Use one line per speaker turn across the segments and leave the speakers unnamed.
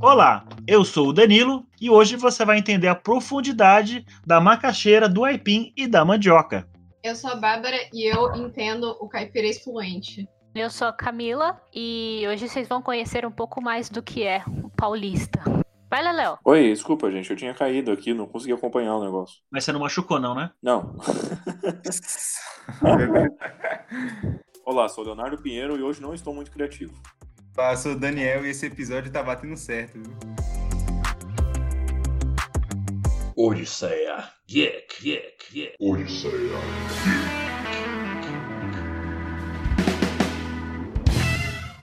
Olá, eu sou o Danilo e hoje você vai entender a profundidade da macaxeira, do aipim e da mandioca.
Eu sou a Bárbara e eu entendo o caipirês fluente.
Eu sou a Camila e hoje vocês vão conhecer um pouco mais do que é o paulista. Vai lá, Léo.
Oi, desculpa, gente. Eu tinha caído aqui, não consegui acompanhar o negócio.
Mas você não machucou, não, né?
Não. Olá, sou o Leonardo Pinheiro e hoje não estou muito criativo.
Olá, eu sou o Daniel e esse episódio tá batendo certo, viu?
Odisseia. Geek, geek, geek.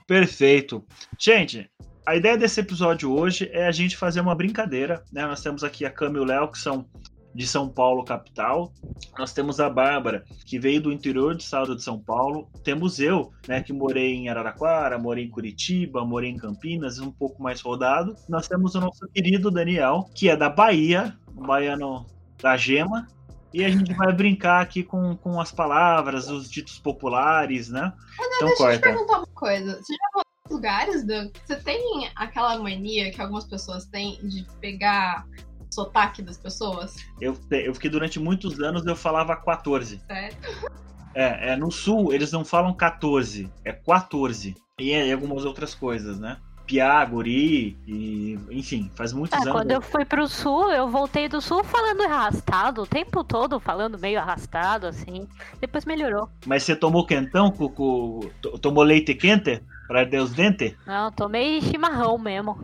Perfeito. Gente, a ideia desse episódio hoje é a gente fazer uma brincadeira, né? Nós temos aqui a Cami e o Léo, que são de São Paulo, capital. Nós temos a Bárbara, que veio do interior do estado de São Paulo. Temos eu, né, que morei em Araraquara, morei em Curitiba, morei em Campinas, um pouco mais rodado. Nós temos o nosso querido Daniel, que é da Bahia, um baiano da gema. E a gente vai brincar aqui com, com as palavras, os ditos populares, né? Então
Deixa eu te
corta.
perguntar uma coisa. Você já foi em lugares, Dan? Você tem aquela mania que algumas pessoas têm de pegar o sotaque das pessoas?
Eu, eu fiquei durante muitos anos, eu falava 14.
Certo?
É, é, no sul eles não falam 14, é 14. E, é- e algumas outras coisas, né? Piá, guri, e, enfim, faz muitos
Ah,
anos.
quando eu fui pro sul, eu voltei do sul falando arrastado, o tempo todo falando meio arrastado, assim. Depois melhorou.
Mas você tomou quentão, cucu, to- tomou leite quente pra arder os dentes?
Não, tomei chimarrão mesmo.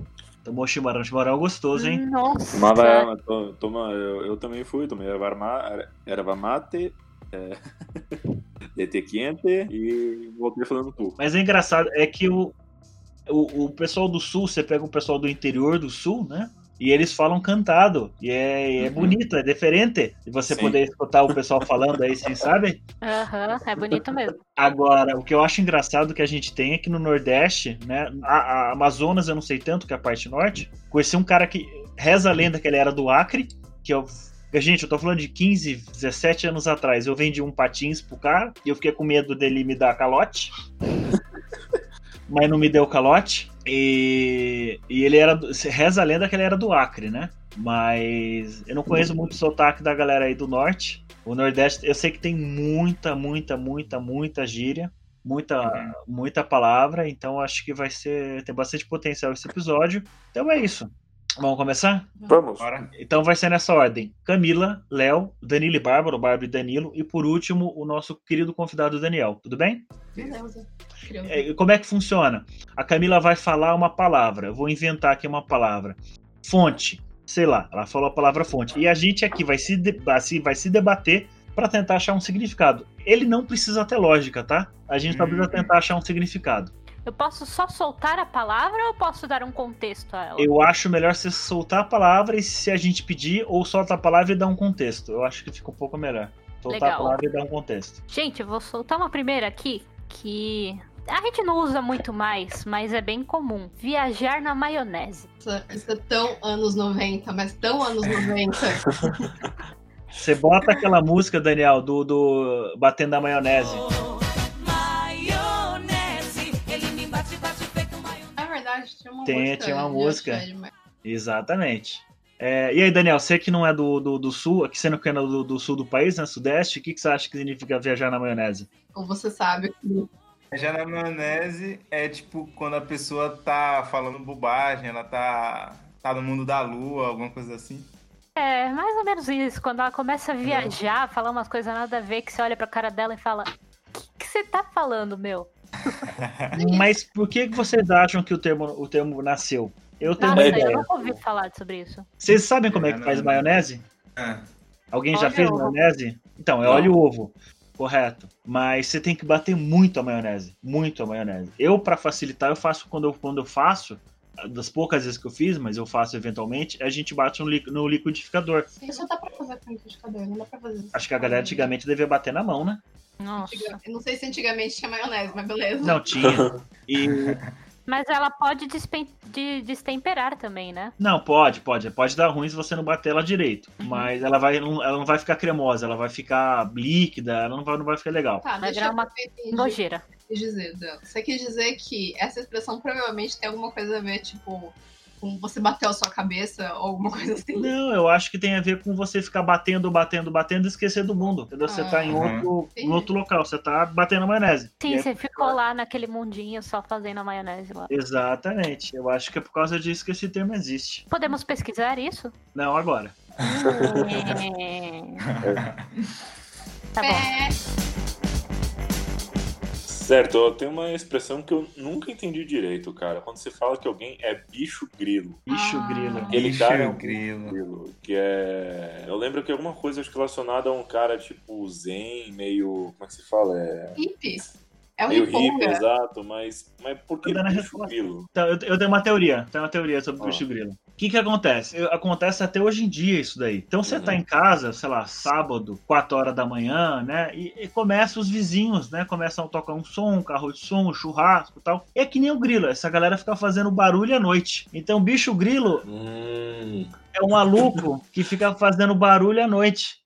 Tomou chimarrão, chimarrão é gostoso,
Hum.
hein?
Nossa.
Tomava ela, to- toma, eu, eu também fui, tomei erva arma- er- erva mate, é, DT quente e voltei falando tu.
Mas é engraçado, é que o, o, o pessoal do sul, você pega o pessoal do interior do sul, né? E eles falam cantado. E é, e é
Uhum.
bonito, é diferente. E você
Sim.
poder escutar o pessoal falando aí, assim, sabe?
Aham, é bonito mesmo.
Agora, o que eu acho engraçado que a gente tem é que no Nordeste, né? A, a Amazonas eu não sei tanto que é a parte norte. Conheci um cara que reza a lenda que ele era do Acre, que eu. Gente, eu tô falando de 15, 17 anos atrás. Eu vendi um patins pro cara e eu fiquei com medo dele me dar calote. mas não me deu calote. E, e ele era. do- Reza a lenda que ele era do Acre, né? Mas eu não conheço muito o sotaque da galera aí do norte. O Nordeste, eu sei que tem muita, muita, muita, muita gíria, muita, muita palavra, então acho que vai ser tem bastante potencial esse episódio. Então é isso. Vamos começar?
Vamos.
Bora.
Então vai ser nessa ordem: Camila, Léo, Danilo e Bárbara, ou Bárbara e Danilo, e por último, o nosso querido convidado Daniel. Tudo bem?
Beleza. Criou.
É, Como é que funciona? A Camila vai falar uma palavra, eu vou inventar aqui uma palavra. Fonte, sei lá, ela falou a palavra fonte. E a gente aqui vai se, de- vai se- vai se debater para tentar achar um significado. Ele não precisa ter lógica, tá? A gente só precisa
Hum.
tentar achar um significado.
Eu posso só soltar a palavra ou eu posso dar um contexto a ela?
Eu acho melhor você soltar a palavra e se a gente pedir, ou solta a palavra e dá um contexto. Eu acho que fica um pouco melhor. Soltar a
Legal.
palavra e dar um contexto.
Gente, eu vou soltar uma primeira aqui que a gente não usa muito mais, mas é bem comum. Viajar na maionese.
Nossa, Isso é tão anos 90, mas tão anos 90.
Você bota aquela música, Daniel, do, do Batendo a Maionese.
Maionese, ele me bate, bate feito maionese.
Na verdade, tinha uma
Tem-
música.
tinha uma
de
música.
Alexandre, mas-
Exatamente. É, e aí, Daniel, você que não é do, do, do sul, aqui você não é do, do sul do país, né? Sudeste, o que, que você acha que significa viajar na maionese?
Ou tipo, você sabe que
Já na maionese é tipo quando a pessoa tá falando bobagem, ela tá, tá no mundo da lua, alguma coisa assim.
É, mais ou menos isso. Quando ela começa a viajar, falar umas coisas nada a ver, que você olha pra cara dela e fala: O que você tá falando, meu?
Mas por que, que vocês acham que o termo, o termo nasceu? Eu tenho
Nossa,
uma
eu
ideia.
nunca ouvi falar sobre isso.
Vocês sabem como é que faz maionese?
Ah,
Alguém já
Óleo e
fez
ovo.
maionese? Então, é
Não.
óleo e ovo. Correto. Mas você tem que bater muito a maionese. Muito a maionese. Eu, pra facilitar, eu faço quando eu, quando eu faço, das poucas vezes que eu fiz, mas eu faço eventualmente, a gente bate no, li- no liquidificador.
isso dá pra fazer com liquidificador, não dá pra fazer isso.
Acho que a
Hum.
galera antigamente devia bater na mão, né?
Nossa.
Eu não sei se antigamente tinha maionese, mas beleza.
Não tinha. E
Mas ela pode despen- de- destemperar também, né?
não pode, pode, pode dar ruim se você não bater ela direito.
Uhum.
Mas ela vai, não- ela não vai ficar cremosa, ela vai ficar líquida, ela não vai, não vai ficar legal.
Tá,
Vai
deixa
virar
eu
uma
aproveitar e
Nojeira.
quis dizer, Dan? Você quis dizer que essa expressão provavelmente tem alguma coisa a ver, tipo, com você bateu a sua cabeça ou alguma coisa assim.
Não, eu acho que tem a ver com você ficar batendo, batendo, batendo e esquecer do mundo. Entendeu? Você tá em
Uhum.
outro, em
Entendi.
outro local, você tá batendo maionese. E
Ah, Sim,
é-
você ficou lá naquele mundinho só fazendo a maionese lá.
Exatamente. Eu acho que é por causa disso que esse termo existe.
Podemos pesquisar isso?
Não agora.
É. tá bom.
É,
Certo, ó, tem uma expressão que eu nunca entendi direito, cara. Quando você fala que alguém é bicho grilo.
Ixi, o
Ah.
grilo.
Ele
Bicho
tá-
é o grilo.
Grilo, Que é. Eu lembro que alguma coisa acho que relacionada a um cara tipo zen, meio. Como é que se fala? É.
hippies. É um
meio hippie,
riponga.
exato, mas. Mas por que
Tá dando a
bicho
resposta.
grilo?
Então, eu, eu tenho uma teoria, tenho uma teoria sobre o
Ah.
bicho grilo. O que que acontece? Eu- acontece até hoje em dia isso daí. Então você
Uhum.
tá em casa, sei lá, sábado, 4 horas da manhã, né? E, e começa os vizinhos, né? Começam a tocar um som, um carro de som, um churrasco e tal. É que nem o grilo, essa galera fica fazendo barulho à noite. Então o bicho grilo
Hum.
é um maluco que fica fazendo barulho à noite.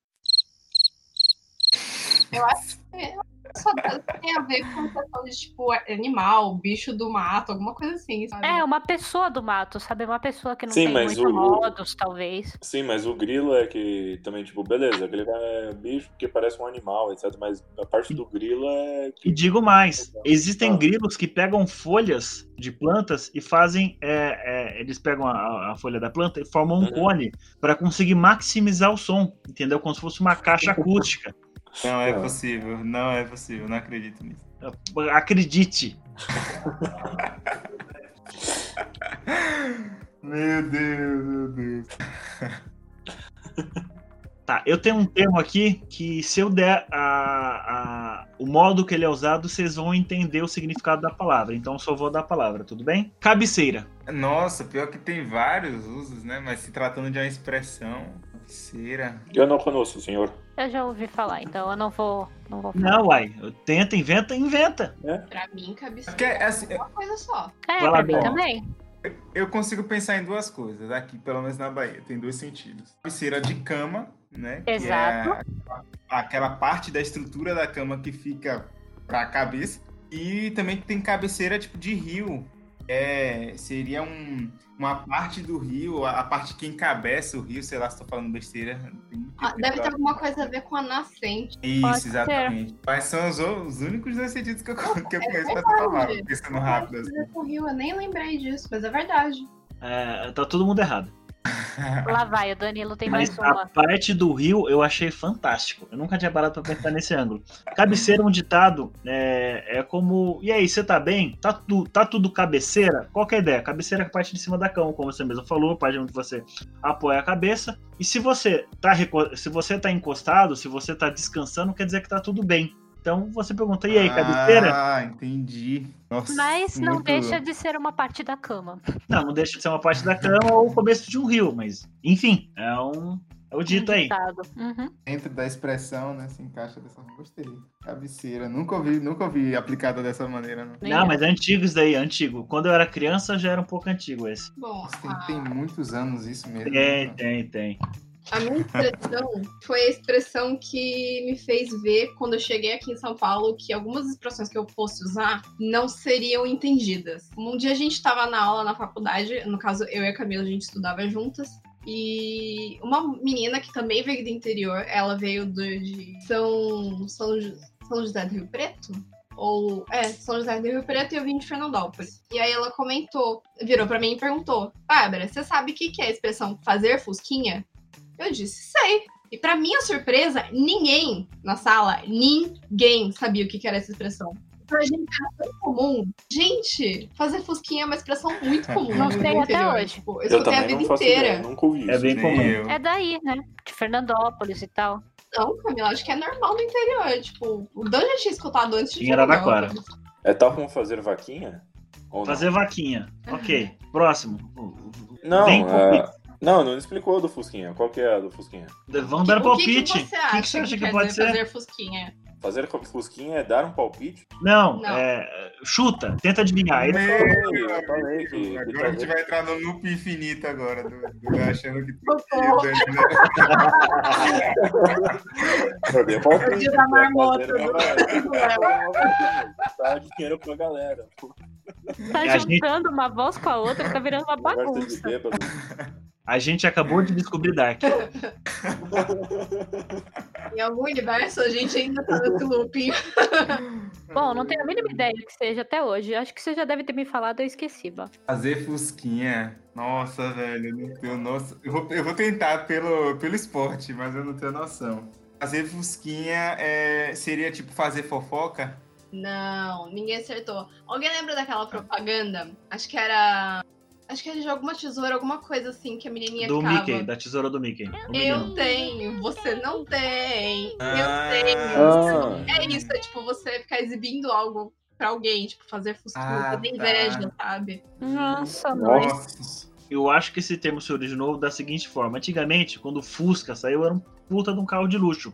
Só tem a ver com questão de tipo animal, bicho do mato, alguma coisa assim, sabe?
É, uma pessoa do mato, sabe? Uma pessoa que não
Sim,
tem
mas
muitos
o-
modos, talvez.
Sim, mas o grilo é que também, tipo, beleza, aquele cara é bicho porque parece um animal, etc. Mas a parte do grilo é. que-
E digo mais,
Ah.
existem grilos que pegam folhas de plantas e fazem, é, é, eles pegam a, a folha da planta e formam um
Uhum.
cone para conseguir maximizar o som, entendeu? Como se fosse uma caixa acústica.
Não é
Ah.
possível, não é possível, não acredito nisso.
Acredite.
Meu Deus, meu Deus.
Tá, eu tenho um termo aqui que se eu der a- a- o modo que ele é usado, vocês vão entender o significado da palavra. Então eu só vou dar a palavra, tudo bem? Cabeceira.
Nossa, pior que tem vários usos, né? Mas se tratando de uma expressão, cera.
Eu não conosco, senhor.
Eu já ouvi falar, então eu não vou. Não vou falar.
Não, uai. Tenta, inventa, inventa.
Pra mim, cabeceira
Porque, assim,
é uma coisa só.
É,
Vai lá,
pra mim
Bom.
também.
eu consigo pensar em duas coisas, aqui, pelo menos na Bahia, tem dois sentidos. Cabeceira de cama, né? que é
Exato.
a- aquela parte da estrutura da cama que fica pra cabeça. E também tem cabeceira tipo de rio. É, seria um- uma parte do rio, a, a parte que encabeça o rio, sei lá se tô falando besteira. tem muito
Ah,
tempo
Deve ter
pra-
alguma coisa a ver com a nascente.
Pode
Isso,
ser.
exatamente. Mas são os, os únicos dois sentidos que eu, que eu
É
conheço pra essa palavra, pensando rápido
Mas,
assim.
mas, com o Rio, eu nem lembrei disso, mas é verdade.
É, tá todo mundo errado.
Lá vai, o Danilo tem mais
Mas tá
uma.
a parte do rio eu achei fantástico. Eu nunca tinha parado pra pensar nesse ângulo. Cabeceira é um ditado é, é como. E aí, você tá bem? Tá, tu, tá tudo cabeceira? Qual que é a ideia? Cabeceira é a parte de cima da cama, como você mesmo falou, a parte onde você apoia a cabeça. E se você tá, reco- se você tá encostado, se você tá descansando, quer dizer que tá tudo bem. Então você pergunta, e aí, cabeceira?
Ah, entendi. Nossa,
Mas não
muito-
deixa de ser uma parte da cama.
Não, não deixa de ser uma parte da cama ou o começo de um rio, mas enfim, é um. É o dito aí.
Ditado. Uhum.
Dentro da expressão, né? Se encaixa dessa forma. Gostei. Cabeceira. Nunca ouvi, nunca ouvi aplicada dessa maneira, não.
Nem
Não,
eu.
mas é antigo isso daí, é antigo. Quando eu era criança já era um pouco antigo esse.
Bom,
Nossa,
a-
tem, tem muitos anos isso mesmo.
Tem,
né,
né?
tem, tem.
A minha expressão foi a expressão que me fez ver quando eu cheguei aqui em São Paulo que algumas expressões que eu fosse usar não seriam entendidas. Um dia a gente estava na aula na faculdade, no caso eu e a Camila a gente estudava juntas. E uma menina que também veio do interior, ela veio do, de São, São, Ju- São José do Rio Preto? Ou é, São José do Rio Preto e eu vim de Fernandópolis. E aí ela comentou, virou pra mim e perguntou: Bárbara, você sabe o que que é a expressão fazer fusquinha? Eu disse, sei. E pra minha surpresa, ninguém na sala, ninguém sabia o que que era essa expressão. Pra gente era tão comum. Gente, fazer fusquinha é uma expressão muito comum.
Não
no
sei até
interior.
hoje.
Tipo, eu
Eu
escutei a
também
vida
não faço ideia,
inteira.
nunca ouvi isso.
É bem
Nem
comum.
eu.
É daí, né? De Fernandópolis e tal.
Não, Camila, acho que é normal no interior. Tipo, o Dan já tinha escutado antes de então,
Em Araraquara.
Fernandópolis.
É tal como fazer vaquinha? Ou não?
Fazer vaquinha.
Uhum.
Ok. Próximo.
Não,
Vem
é... não, não explicou do Fusquinha. Qual que é a do Fusquinha?
Vamos dar
tipo, O que que
palpite. O
você acha que,
você acha que
quer
pode
dizer
ser?
fazer fusquinha?
Fazer com- Fusquinha é dar um palpite?
Não,
Não.
é, chuta. Tenta adivinhar. Ele-
Meu
falei, eu falei que- que
É, Agora a gente
talvez-
vai entrar no loop infinito agora, do, do- achando que tudo né? que
Socorro.
o Danilo
Fazer palpite.
Eu digo a marmota
fazer- né,
do-
Fazer- Fazer- Dar dinheiro pra galera.
Tá
E a gente-
juntando uma voz com a outra, fica virando uma
Conversa de
Tá bagunça.
bêbado.
A gente acabou de descobrir Dark.
Em algum universo a gente ainda tá nesse looping.
Bom, não tenho a mínima ideia do que seja até hoje. Acho que você já deve ter me falado, eu esqueci, Bá.
Fazer fusquinha. Nossa, velho, eu não tenho noção. Eu vou, eu vou tentar pelo, pelo esporte, mas eu não tenho noção. Fazer fusquinha é, seria tipo fazer fofoca?
Não, ninguém acertou. Alguém lembra daquela propaganda? Acho que era. Acho que era de alguma tesoura, alguma coisa assim que a menininha
Do
ficava.
Mickey, da tesoura do Mickey. O menino.
Eu tenho, você não tem.
Ah.
Eu tenho.
Ah,
É isso, é tipo você ficar exibindo algo pra alguém, tipo fazer fusquinha,
Ah,
fazer
tá.
inveja, sabe?
Nossa,
é
nós.
Nossa.
Eu acho que esse termo se originou da seguinte forma. Antigamente, quando o Fusca saiu, era um puta de um carro de luxo.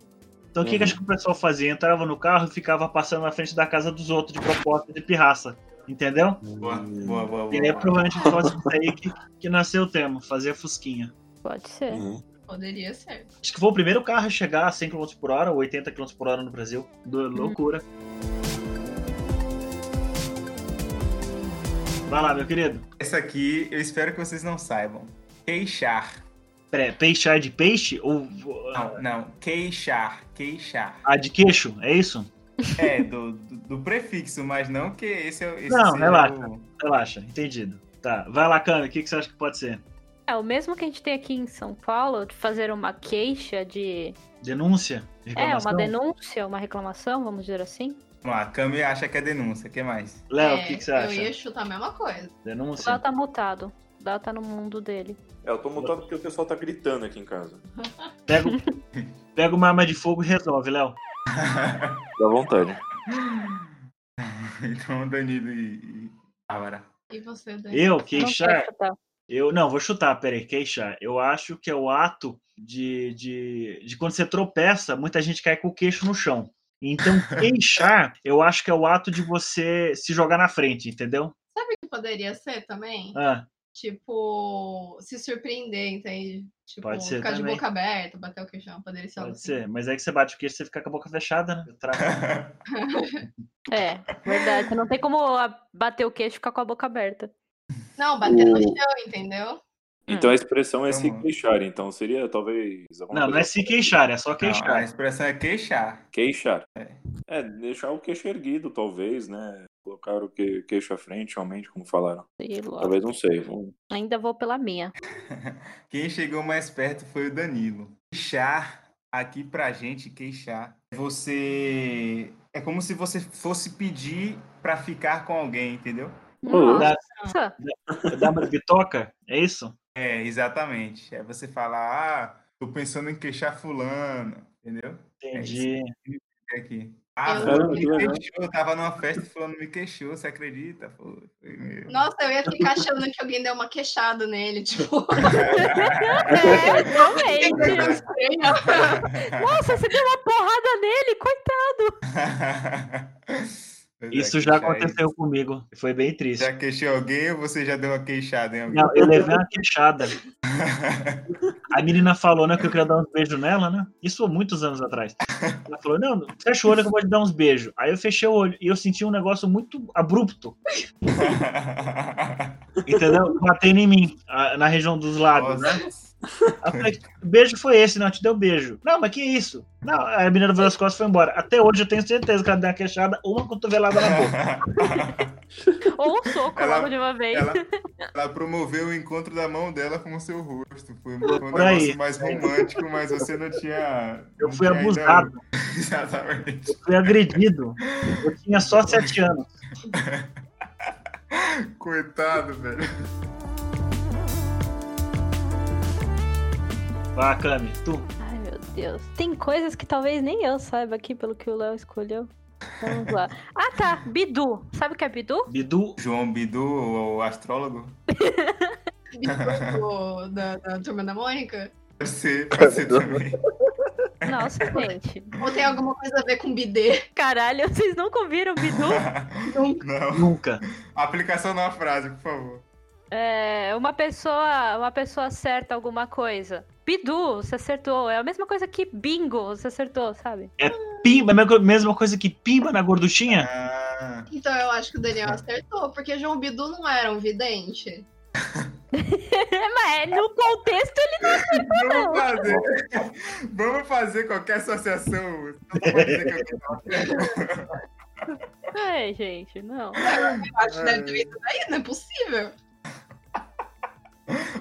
Então o que, que
Uhum.
acho que o pessoal fazia? Entrava no carro e ficava passando na frente da casa dos outros de proposta de pirraça. Entendeu?
Boa, boa, boa,
E é
boa. boa.
provavelmente por causa disso aí que, que nasceu o termo, fazer fusquinha.
Pode ser.
Uhum.
Poderia ser.
Acho que foi o primeiro carro a chegar a 100 km por hora ou 80 km por hora no Brasil. Do-
Uhum.
Loucura. Vai lá, meu querido.
Essa aqui eu espero que vocês não saibam. Queixar.
Pera, peixar de peixe ou
Não, não. Queixar. Queixar.
a de queixo? É isso?
É, do, do, do prefixo, mas não que esse é esse
Não,
seja
relaxa.
o-
Relaxa, entendido. Tá, vai lá, Cami, o que, que você acha que pode ser?
É, o mesmo que a gente tem aqui em São Paulo, de fazer uma queixa de.
Denúncia?
É, uma
Reclamação?
denúncia, uma reclamação, vamos dizer assim.
Vamos lá, a Cami acha que é denúncia. O que mais?
Léo, o
É,
que, que você
Eu
acha?
ia chutar a mesma coisa.
O
Denúncia?
Dal tá mutado. O Dal tá no mundo dele.
É, eu tô mutado porque o pessoal tá gritando aqui em casa.
Pega, o- pega uma arma de fogo e resolve, Léo.
Dá vontade.
então, Danilo e, e Bárbara.
E você, Dani?
Eu,
É. Não
queixar?
quero chutar.
Eu não, vou chutar, peraí, queixar. Eu acho que é o ato de, de, de quando você tropeça, muita gente cai com o queixo no chão. Então, queixar, eu acho que é o ato de você se jogar na frente, entendeu?
Sabe o que poderia ser também?
Ah,
Tipo, se surpreender, entende? Tipo,
Pode ser
ficar de
também.
boca aberta, bater o queixão, poderia
Então,
ser algo
pode
assim.
ser. Mas aí que você bate o queixo, você fica com a boca fechada, né? Eu trago-
É, verdade. Você Não tem como a- bater o queixo e ficar com a boca aberta.
Não, bater no
O-
chão, entendeu?
Então a expressão é se
Vamos.
queixar, então seria talvez. alguma
Não, não é
coisa-
se queixar, é só
Não, a
queixar.
expressão é queixar.
Queixar.
É.
É, deixar o queixo erguido, talvez, né? Colocar o que- queixo à frente, realmente, como falaram.
Sei lá.
Talvez, não sei. Vamos-
Ainda vou pela minha.
Quem chegou mais perto foi o Danilo. Queixar, aqui pra gente, queixar. Você. É como se você fosse pedir pra ficar com alguém, entendeu?
Pô,
Nossa.
Dá uma bitoca? É isso?
É, exatamente. É você falar, ah, tô pensando em queixar fulano, entendeu?
Entendi.
É aqui. Ah,
Eu-
fulano me
Caramba, que legal.
queixou, eu tava numa festa e fulano me queixou, você acredita? Foi, foi mesmo.
Nossa, eu ia ficar achando que alguém deu uma queixada nele, tipo.
É,
que coisa
realmente.
estranha.
Nossa, você deu uma porrada nele, coitado.
Pois é,
Isso já
queixar é
aconteceu comigo. Foi bem triste.
Já queixei alguém ou você já deu uma queixada em alguém?
Não, eu levei uma queixada. A menina falou, né, que eu queria dar uns beijos nela, né? Isso há muitos anos atrás. Ela falou, não, fecha o olho que eu vou te dar uns beijos. Aí eu fechei o olho e eu senti um negócio muito abrupto, é né? entendeu? Batendo em mim, a- na região dos lábios, né?
Nossa.
Aí eu falei, "Que beijo foi esse, não, eu te deu beijo. Não, mas que isso? Não, aí a menina virou as costas e foi embora. Até hoje eu tenho certeza que ela deu uma queixada, uma cotovelada na boca.
Ou um soco
Ela-
logo de uma vez.
ela, ela promoveu o encontro da mão dela com o seu rosto. Foi, um- foi um
Por aí.
negócio mais romântico, mas você não tinha.
Eu
não
fui
tinha ainda-
abusado,
Exatamente.
fui agredido. Eu tinha só sete anos.
Coitado, velho.
Vá, Cami, tu.
Ai, meu Deus. Tem coisas que talvez nem eu saiba aqui pelo que o Léo escolheu. Vamos lá. Ah, tá. Bidu. Sabe o que é Bidu?
Bidu,
João Bidu, o astrólogo?
Tipo, da, da turma da Mônica?
Deve ser, pode ser também.
Nossa, gente.
Ou tem alguma coisa a ver com bidê?
Caralho, vocês nunca ouviram Bidu?
Não.
nunca.
Aplicação na frase, por favor.
É, uma pessoa, uma pessoa acerta alguma coisa. Bidu, você acertou. É a mesma coisa que bingo, você acertou, sabe?
Pimba, mesma co- mesma coisa que pimba na gorduchinha?
Ah, Ah,
Então eu acho que o Daniel acertou, porque João Bidu não era um vidente.
É, Mas no contexto ele
vamos fazer. Vamos fazer qualquer associação. Só pra dizer que eu
É, gente, não.
Eu acho que deve ter vindo daí, não é possível.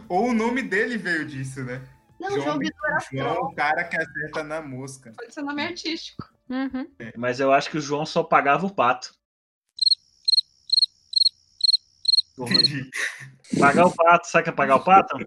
Ou o nome dele veio disso, né?
Não, João, Bidu era
João é o cara que acerta na mosca.
pode ser nome artístico.
Uhum.
Mas eu acho que o João só pagava o pato.
Entendi.
Pagar o pato, sabe o que é pagar o pato?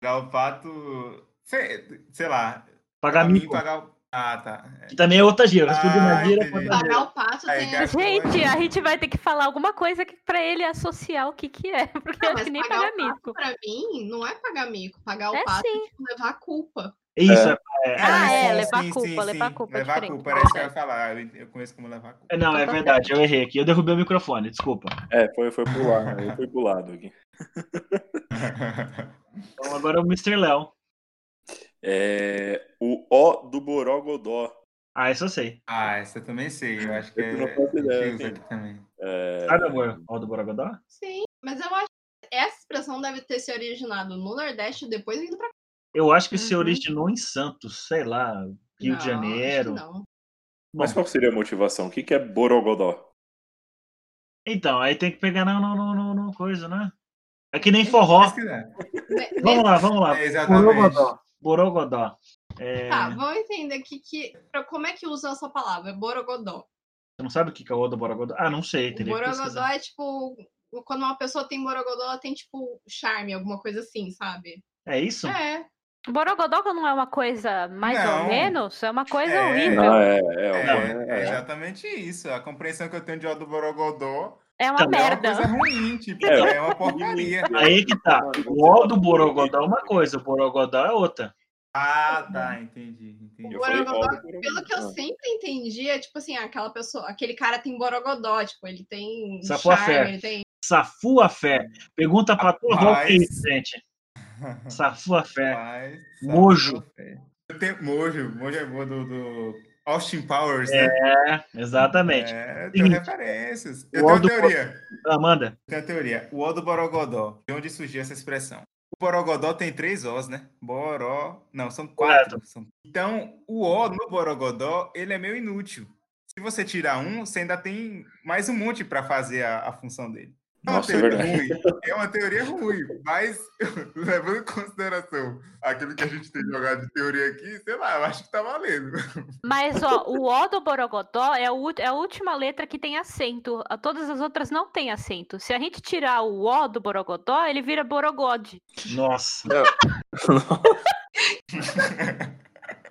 Galpato. Sei, sei lá.
Pagar
Pra mim,
mico.
pagar o- Ah, tá. É.
Que também é outra gíria. Mas tudo
Ah,
uma gíria é
entendi.
outra gíria.
Pagar o pato
Aí,
tem.
cara.
Gente, a gente vai ter que falar alguma coisa que, pra ele associar o que que é. Porque
Não,
eu acho
mas
que nem
pagar
paga
o pato
mico.
Pra mim, não é pagar mico. Pagar o
É
pato
sim.
é tipo, levar a culpa.
É Isso, é-
Ah, é,
sim,
levar
sim,
a culpa,
sim,
levar a
sim.
culpa é
Levar a
diferente.
culpa, era isso que eu ia falar. Eu eu conheço como levar a culpa.
é. Não, é verdade, eu errei aqui. Eu derrubei o microfone, desculpa.
É, foi, foi pro lado. Eu fui pro lado aqui.
Então agora é o Mr. Léo.
É, o O do Borogodó.
Ah, isso eu sei.
ah, essa eu também sei. Eu acho que
Eu
é.
não faço ideia,
usa
assim.
aqui também.
É,
Sabe, amor? Ó, do Borogodó?
Sim, mas eu acho que essa expressão deve ter se originado no Nordeste e depois indo pra
Eu acho que se
Uhum.
originou em Santos, sei lá, Rio
Não,
de Janeiro.
acho que não.
Mas qual seria a motivação? O que, que é Borogodó?
Então, aí tem que pegar na, na, na, na- na coisa, né? É que nem forró.
Mas que é. dá.
Ne-
Vamos lá, vamos lá.
É, exatamente.
Borogodó. Borogodó. É,
Tá, vamos entender aqui que, pra- como é que usa essa palavra, borogodó.
Você não sabe o que que é o do Borogodó? Ah, não sei.
O
Teria que
borogodó
pesquisar.
é tipo, quando uma pessoa tem borogodó, ela tem tipo charme, alguma coisa assim, sabe?
É isso?
É,
Borogodó não é uma coisa mais
Não.
ou menos, é uma coisa
É.
horrível.
Não, é, é,
É,
o-
é
é,
exatamente isso. A compreensão que eu tenho de O do Borogodó
É uma
Também
é uma
merda.
coisa ruim, tipo,
É.
é, uma porcaria.
Aí que tá. O O do Borogodó é uma coisa, o Borogodó é outra.
Ah, tá, entendi. entendi.
Eu falei O do Borogodó.
pelo que eu sempre entendi, é tipo assim, aquela pessoa, aquele cara tem borogodó, tipo, ele tem
Sapuafé.
charme, ele tem.
Safua fé. Pergunta pra tua avó o que é
Rapaz.
isso, gente. Safua fé.
Mas,
Mojo.
Eu tenho Mojo, Mojo é boa do, do Austin Powers, né?
É, exatamente.
É, tem
Sim.
referências.
O
Eu tenho uma
Aldo
teoria.
Amanda,
Eu tenho uma teoria. O O do Borogodó. De onde surgiu essa expressão? O Borogodó tem três Os, né? Boró. Não, são quatro. São- Então, o O no Borogodó, ele é meio inútil. Se você tirar um, você ainda tem mais um monte para fazer a, a função dele. É uma
Nossa, é
teoria
verdade.
ruim. É uma teoria ruim, mas levando em consideração aquilo que a gente tem jogado de teoria aqui, sei lá, eu acho que tá valendo.
Mas, ó, o O do Borogodó é, o ú- é a última letra que tem acento. A- Todas as outras não têm acento. Se a gente tirar o O do Borogodó, ele vira Borogode.
nossa.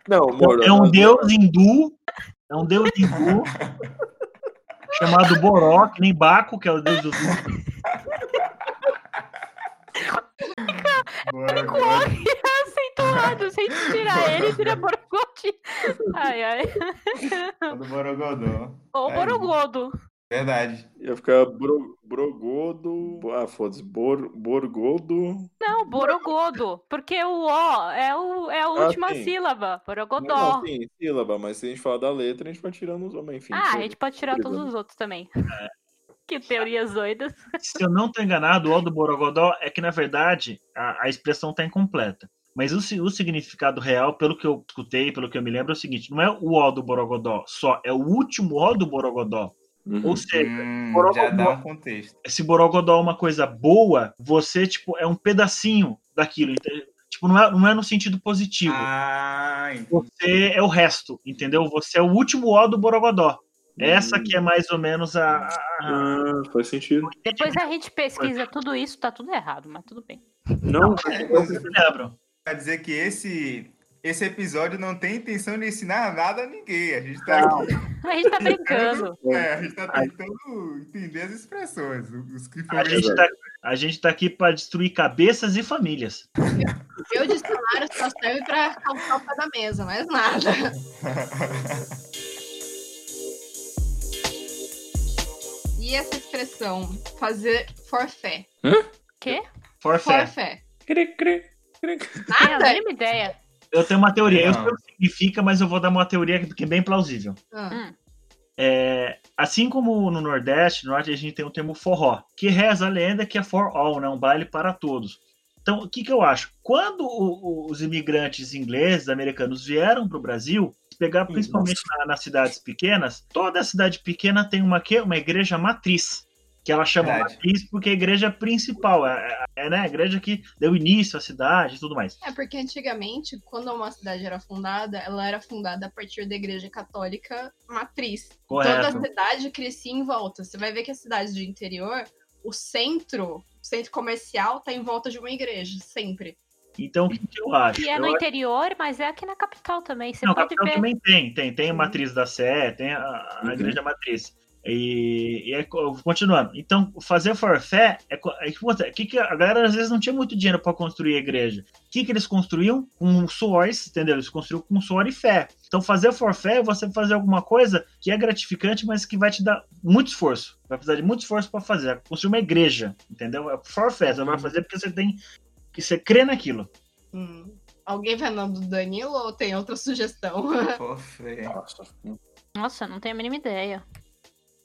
Não, Borogodó.
É um deus hindu. É um deus hindu. chamado Boró, que nem Baco, que é o deus do
O O é acentuado. Se a gente tirar ele, vira Borogode. Ai, ai.
O do Borogodó.
Ou
É
Ai.
Borogodo.
Verdade.
Ia ficar bro, Brogodo. Ah, foda-se. Bor, borgodo.
Não, Borogodo. Porque o O é, o, é a última
Ah, sim.
sílaba. Borogodó.
Não, sim, sílaba, mas se a gente falar da letra, a gente vai tirando os homens, enfim.
ah, a
foda-se.
gente pode tirar todos
Beleza.
os outros também. que teorias doidas.
Se eu não tô enganado, o O do Borogodó é que, na verdade, a, a expressão tá incompleta. Mas o, si- o significado real, pelo que eu escutei, pelo que eu me lembro, é o seguinte: não é o O do Borogodó só, é o último O do Borogodó.
Uhum.
Ou seja,
Hum, já
Borogodó.
dá um contexto.
se Borogodó é uma coisa boa, você, tipo, é um pedacinho daquilo. ente- Tipo, não é, não é no sentido positivo.
Ah,
Você é o resto, entendeu? Você é o último O do Borogodó. Essa
Hum.
que é mais ou menos a. a- a-
Ah, faz sentido.
Depois a gente pesquisa tudo isso, tá tudo errado, mas tudo bem.
Não,
Vocês me lembram?
Pra dizer que esse, esse episódio não tem intenção de ensinar nada a ninguém. A gente tá,
A gente tá brincando.
é, a gente tá tentando entender as expressões. Os que
A
foram
gente tá, a gente tá aqui para destruir cabeças e famílias.
Meu dicionário só serve pra calçar o pé da mesa, mais nada. E essa expressão, fazer forfé?
Quê?
Forfé.
Forfé.
cri, cri.
Não É, tenho a
Nada?
mínima ideia.
Eu tenho uma teoria. Eu
Não.
sei o que significa, mas eu vou dar uma teoria que é bem plausível.
Ah,
É, assim como no Nordeste, no Norte, a gente tem o termo forró, que reza a lenda que é for all, né? um baile para todos. Então, o que, que eu acho? Quando o- o- os imigrantes ingleses, americanos vieram para o Brasil, se pegar principalmente na- nas cidades pequenas, toda cidade pequena tem uma, quê? uma igreja matriz, que ela chama
Verdade.
matriz porque é a igreja principal, é, é- é, né? a igreja que deu início à cidade e tudo mais.
É porque antigamente, quando uma cidade era fundada, ela era fundada a partir da igreja católica matriz.
Correto.
Toda a cidade crescia em volta. Você vai ver que as cidades do interior, o centro, o centro comercial, tá em volta de uma igreja, sempre.
Então, o que, que eu acho?
E é
Eu
no interior, mas é aqui na capital também. Você
Não,
pode
capital
ver.
também tem, tem, tem a matriz da Sé, tem a, a
Uhum.
igreja matriz. E, e é co- continuando. Então, fazer forfé é co- é que acontece, que que a galera às vezes não tinha muito dinheiro para construir a igreja. O que, que eles construíam? Com suores, entendeu? Eles construíam com suor e fé. Então, fazer forfé é você fazer alguma coisa que é gratificante, mas que vai te dar muito esforço. Vai precisar de muito esforço para fazer. Construir uma igreja, entendeu? É forfé, você vai fazer porque você tem que você crê naquilo.
Hum. Alguém vai no do Danilo ou tem outra sugestão?
Poxa, é.
Nossa.
Nossa, eu não tenho a mínima ideia.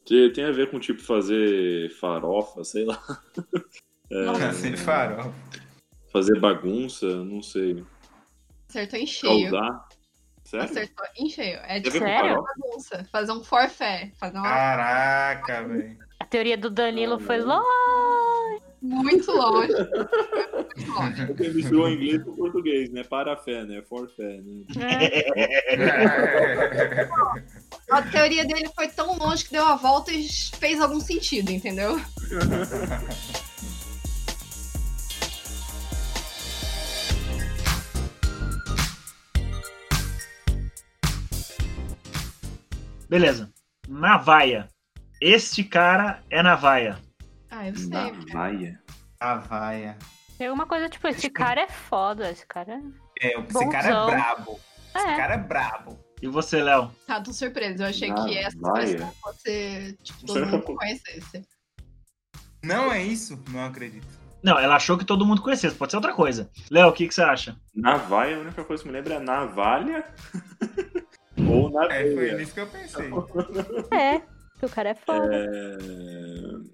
Que tem a ver com, tipo, fazer farofa, sei lá. É,
Sem farol.
fazer bagunça, não sei.
Acertou em cheio.
Causar. Sério?
Acertou em cheio. É
Tem
de
a ver com
Sério?
farofa?
bagunça. Fazer um forfé. Fazer uma
Ah. Caraca, velho.
A teoria do Danilo
Ah,
foi
não.
longe.
muito longe. Muito longe.
Porque misturou inglês com português, né? Para fé, né? For fé, né?
né?
A teoria dele foi tão longe que deu a volta e fez algum sentido, entendeu?
Beleza. Navaia. Este cara é navaia.
Ah, eu sei.
Na Maia.
A Ah, vaia.
Tem alguma coisa tipo, esse cara é foda, esse cara.
É, esse
Bonzão.
cara é brabo. Esse
É.
cara é brabo.
E você, Léo?
Tá, tô surpresa. Eu achei
Na
que essa
vaia.
pessoa fosse, tipo, todo mundo conhecesse.
Não é isso? Não acredito.
Não, ela achou que todo mundo conhecesse. Pode ser outra coisa. Léo, o que, que você acha?
Navaia, a única coisa que me lembra é navalha ou
É, foi
naveia.
nisso que eu pensei.
É. que O cara é foda.
É,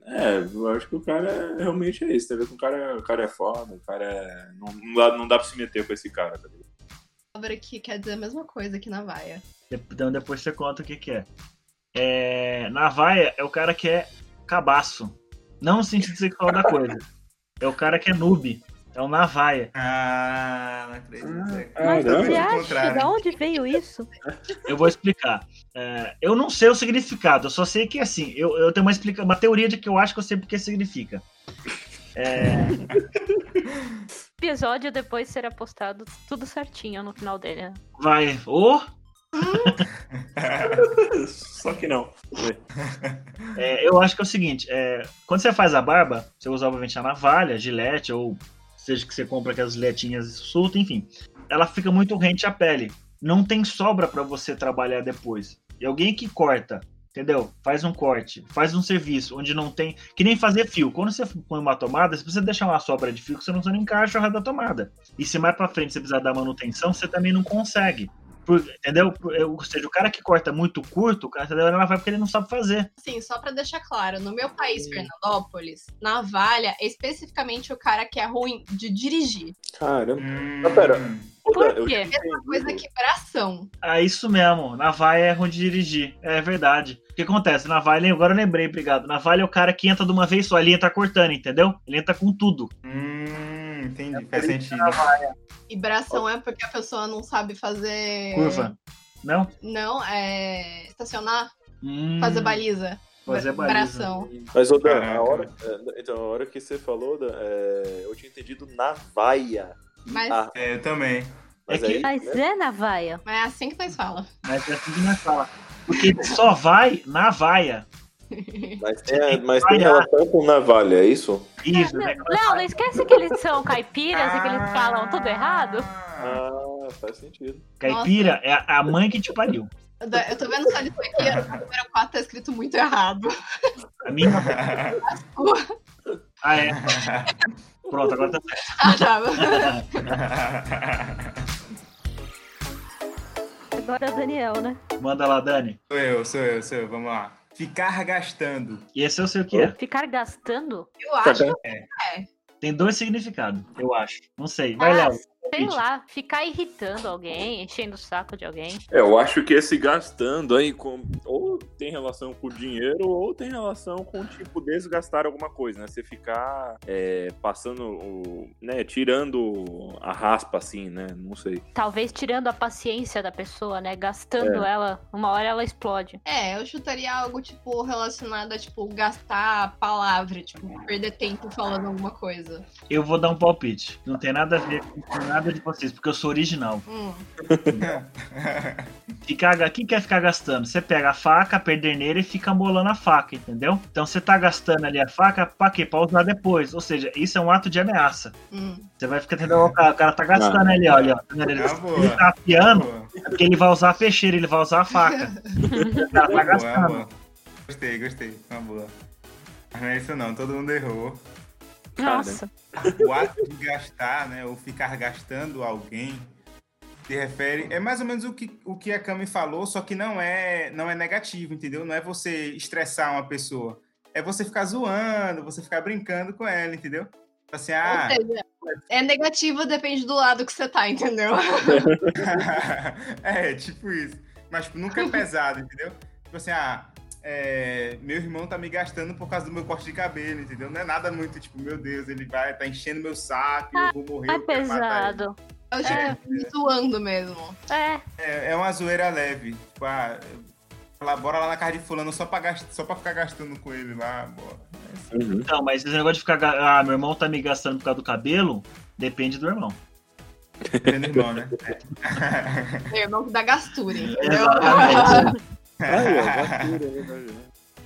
é, eu acho que o cara realmente é isso. Tá vendo? O cara, o cara é foda, o cara é. Não, não dá, não dá pra se meter com esse cara, tá ligado?
A palavra que quer dizer a mesma coisa que na vaia.
Dep- Então depois você conta o que, que é. é. Navaia é o cara que é cabaço. Não no sentido sexual da coisa. É o cara que é noob. É o navaia.
Ah, não acredito.
Ah,
Mas
não,
você
é o
acha?
contrário.
De onde veio isso?
Eu vou explicar. É, eu não sei o significado, eu só sei que assim, eu, eu tenho uma, explica uma teoria de que eu acho que eu sei porque significa.
O episódio depois será postado tudo certinho no final dele. né?
Vai, ô!
Só que não.
É, eu acho que é o seguinte, é, quando você faz a barba, você usa obviamente a navalha, gilete, ou seja que você compra aquelas giletinhas soltas, enfim. Ela fica muito rente à pele. Não tem sobra pra você trabalhar depois. E alguém que corta, entendeu? Faz um corte, faz um serviço onde não tem. Que nem fazer fio. Quando você põe uma tomada, você precisa deixar uma sobra de fio que você não usa nem encaixa da tomada. E se mais pra frente você precisar dar manutenção, você também não consegue. Por- entendeu? Por- é, Ou seja, o cara que corta muito curto, o cara entendeu? Ela vai porque ele não sabe fazer.
Assim, só pra deixar claro, no meu país, Fernandópolis, navalha é especificamente o cara que é ruim de dirigir.
Caramba.
Hum,
Ah, pera.
Por quê?
Coisa é que bração.
Ah, isso mesmo. Navaia é ruim de dirigir. É verdade. O que acontece? Navaia, agora eu lembrei, obrigado. Navaia é o cara que entra de uma vez só. Ele entra cortando, entendeu? Ele entra com tudo.
Hum, entendi. Faz sentido.
E bração é porque a pessoa não sabe fazer.
Curva. Não?
Não, é. Estacionar,
Hum,
fazer baliza.
Fazer
Bra-
baliza.
Bração.
Mas, ô, Dan,
Caraca.
a hora, é, então, a hora que você falou, Dan, é, eu tinha entendido navalha.
Mas,
Ah,
É, eu também.
mas
É que-
aí,
Mas
né?
é navaia.
mas é assim que nós fala.
Mas é assim que nós fala. Porque ele só vai na vaia.
Mas tem, mas tem
Navalha.
relação com navalha, é isso?
Isso, né?
Não, não esquece que eles são caipiras e que eles falam tudo errado.
Ah,
Ah, faz sentido.
Caipira é a- a mãe que te pariu.
Eu tô- Eu tô vendo só isso aqui, o número 4 tá escrito muito errado.
A minha. Ah, é. Pronto, agora tá certo.
Ah, tá.
Agora o Daniel, né?
Manda lá, Dani.
Sou eu, sou eu, sou eu. Vamos lá. Ficar gastando.
Esse eu sei o que é.
Ficar gastando?
Eu
Tá
acho que
Tem dois significados, eu acho. Não sei. Vai
Ah,
lá.
Sei lá, ficar irritando alguém, enchendo o saco de alguém.
É, eu acho que esse gastando aí com, ou tem relação com dinheiro ou tem relação com, tipo, desgastar alguma coisa, né? Você ficar é, passando, o- né? Tirando a raspa, assim, né? Não sei.
Talvez tirando a paciência da pessoa, né? Gastando ela, uma hora ela explode.
É, eu chutaria algo, tipo, relacionado a, tipo, gastar a palavra, tipo, perder tempo falando alguma coisa.
Eu vou dar um palpite. Não tem nada a ver com nada de vocês, porque eu sou original.
Hum.
Ficar, quem quer ficar gastando? Você pega a faca, a pederneira e fica molando a faca, entendeu? Então você tá gastando ali a faca pra quê? Pra usar depois. Ou seja, isso é um ato de ameaça.
hum.
Você vai ficar tentando. O cara, o cara tá gastando ali, olha. ó. Ele,
É boa.
ele tá afiando
Boa,
é porque ele vai usar a peixeira, ele vai usar a faca. O cara tá
É boa,
gastando.
boa. Gostei, gostei. Uma boa. Mas não é isso não, todo mundo errou.
Nossa.
o ato de gastar, né, ou ficar gastando alguém, se refere é mais ou menos o que, o que a Cami falou, só que não é não é negativo, entendeu? Não é você estressar uma pessoa, é você ficar zoando, você ficar brincando com ela, entendeu? Tipo Assim, ah,
Ou seja, é negativo, depende do lado que você tá, entendeu?
é tipo isso, mas tipo, nunca é pesado, entendeu? Tipo assim, ah, é, meu irmão tá me gastando por causa do meu corte de cabelo, entendeu? Não é nada muito tipo, meu Deus, ele vai tá enchendo meu saco, eu vou morrer,
É
eu quero matar ele.
pesado.
É o tipo, zoando mesmo.
É,
É, é uma zoeira leve. Tipo, ah, lá, bora lá na casa de fulano só pra, gast- só pra ficar gastando com ele lá, bora.
Uhum.
Não, Então, mas esse negócio de ficar. ga- Ah, meu irmão tá me gastando por causa do cabelo. Depende do irmão.
Dependendo do irmão, né?
Meu irmão que dá gastura, entendeu?
Exatamente.
Ai, ó, gastura, é verdade, né?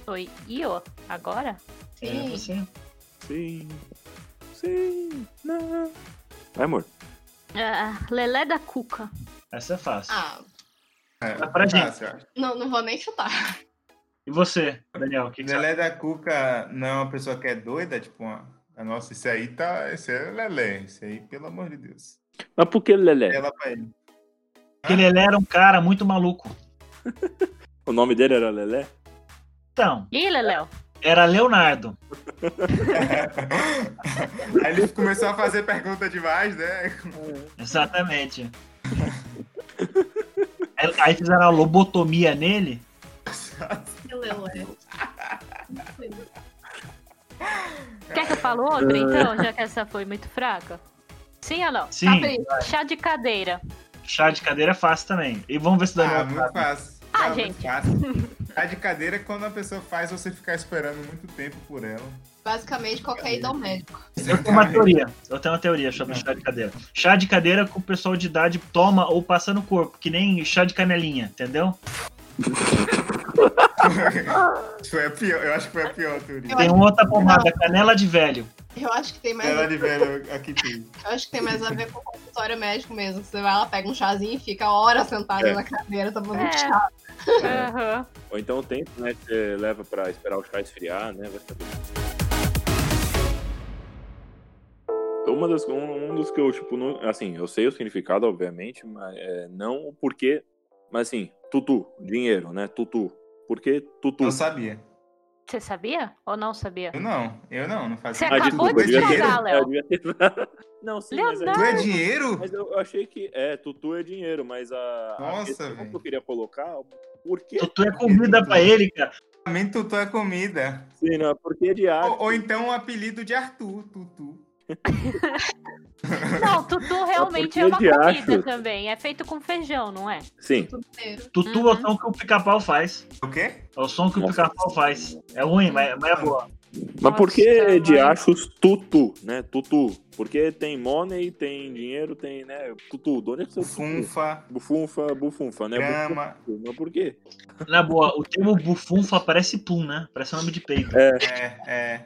oi. E ó, agora?
É
Sim.
você.
Sim. Sim. Não. Vai, amor.
Ah, Lelé da Cuca.
Essa é fácil.
Ah,
É,
Dá pra gente.
fácil, eu acho.
não, não vou nem chutar.
E você, Daniel? O que, que você
Lelé da Cuca não é uma pessoa que é doida, tipo, uma... ah, nossa, esse aí tá. Esse é Lelé, esse aí, pelo amor de Deus.
Mas por que Lelé?
É.
Ela pra ele.
Porque ele era um cara muito maluco.
O nome dele era Lelé?
Então,
Ih, Leléo.
era Leonardo.
Aí ele começou a fazer pergunta demais, né?
Exatamente. Aí- Aí fizeram a lobotomia nele.
Que lelé.
Quer que eu fale outra, então? Já que essa foi muito fraca. Sim ou não? Tá
Sim,
Capricho.
Chá de cadeira.
chá de cadeira é fácil também. E vamos ver se o
Ah,
Daniel
muito fácil.
Ah,
muito
gente.
fácil. Tá de cadeira é quando a pessoa faz você ficar esperando muito tempo por ela.
Basicamente, qualquer ido ao médico.
Eu tenho uma teoria. Eu tenho uma teoria sobre chá de cadeira. Chá de cadeira que o pessoal de idade toma ou passa no corpo, que nem chá de canelinha, entendeu?
Foi a é pior, eu acho que foi a pior, Turi.
Eu
Tem
acho-
uma outra pomada, canela de velho.
Eu acho que tem mais,
Ela de velho aqui tem.
eu acho que tem mais a ver com o consultório médico mesmo. Você vai lá, pega um chazinho e fica horas sentado
É.
na cadeira tomando
É.
chá.
Aham.
Ou então o tempo, né? Que você leva pra esperar o chá esfriar, né? Vai saber. Uma das, um, um dos que eu, tipo, não, assim, eu sei o significado, obviamente, mas é, não o porquê, mas assim, tutu, dinheiro, né? Tutu. Por que tutu?
Eu sabia.
Você sabia ou não sabia?
Eu não, eu não, não fazia.
Você
Ah,
acabou
tu,
de
é dinheiro?
falar. Léo.
Não, sim, mas,
Leonardo!
Tu
aí-
é dinheiro?
mas eu achei que, é, tutu é dinheiro, mas a,
Nossa,
a questão
velho.
que eu queria colocar, por que,
Tutu é comida pra ele, cara.
Também tutu é comida.
sim, né? Por que de arte?
Ou, ou então o apelido de Arthur, tutu.
Não, tutu realmente é
Mas
uma
por que de
comida
acho?
também. É feito com feijão, não é?
Sim.
inteiro.
Tutu é o
Uhum.
som que o pica-pau faz.
O quê?
É o som que o
Nossa.
pica-pau faz. É ruim, mas, mas é boa.
Mas por
tá
Nossa,
que de
mano.
achos tutu, né? Tutu. Porque tem money, tem dinheiro, tem, né? Tutu. De onde é que você
Funfa,
Bufunfa, bufunfa, né?
grama.
Bufunfa. Mas por quê?
Na boa, o termo bufunfa parece pum, né? Parece nome de peito.
É, é.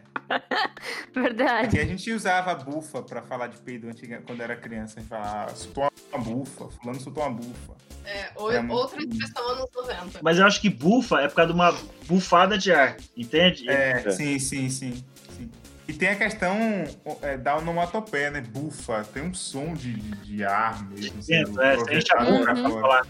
Verdade.
Aqui a gente usava bufa pra falar de peido antiga, quando era criança. A gente falava, ah, soltou uma bufa, fulano soltou uma bufa.
É, ou-
É muito
outra expressão anos 90.
Mas eu acho que bufa é por causa de uma bufada de ar, entende?
É,
É.
sim, sim, sim. sim. E tem a questão é, da onomatopeia, né? Bufa. Tem um som de, de, de ar mesmo. sendo
É, você enche a boca
projetado
pra
pra fora.
falar.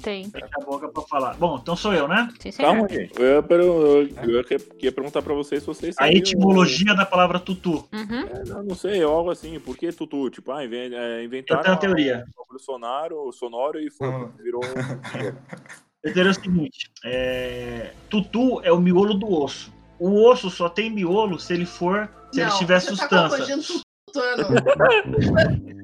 Tem.
Enche a boca pra falar. Bom, então sou eu, né?
Sim, senhor.
Calma aí. Eu, ia per- eu- eu que- queria perguntar pra vocês se vocês
A
sabiam-
etimologia da palavra tutu.
Uhum.
É, não, não sei, algo assim. Por que Tutu? Tipo, ah, inven- é,
Eu tenho
inventaram
uma teoria.
o sonoro, o sonoro e foi,
Ah.
virou. um
Eu teria o seguinte: é, tutu é o miolo do osso. O osso só tem miolo se ele for, se ele
Não,
tiver
você
sustância.
Tá confundindo tutano.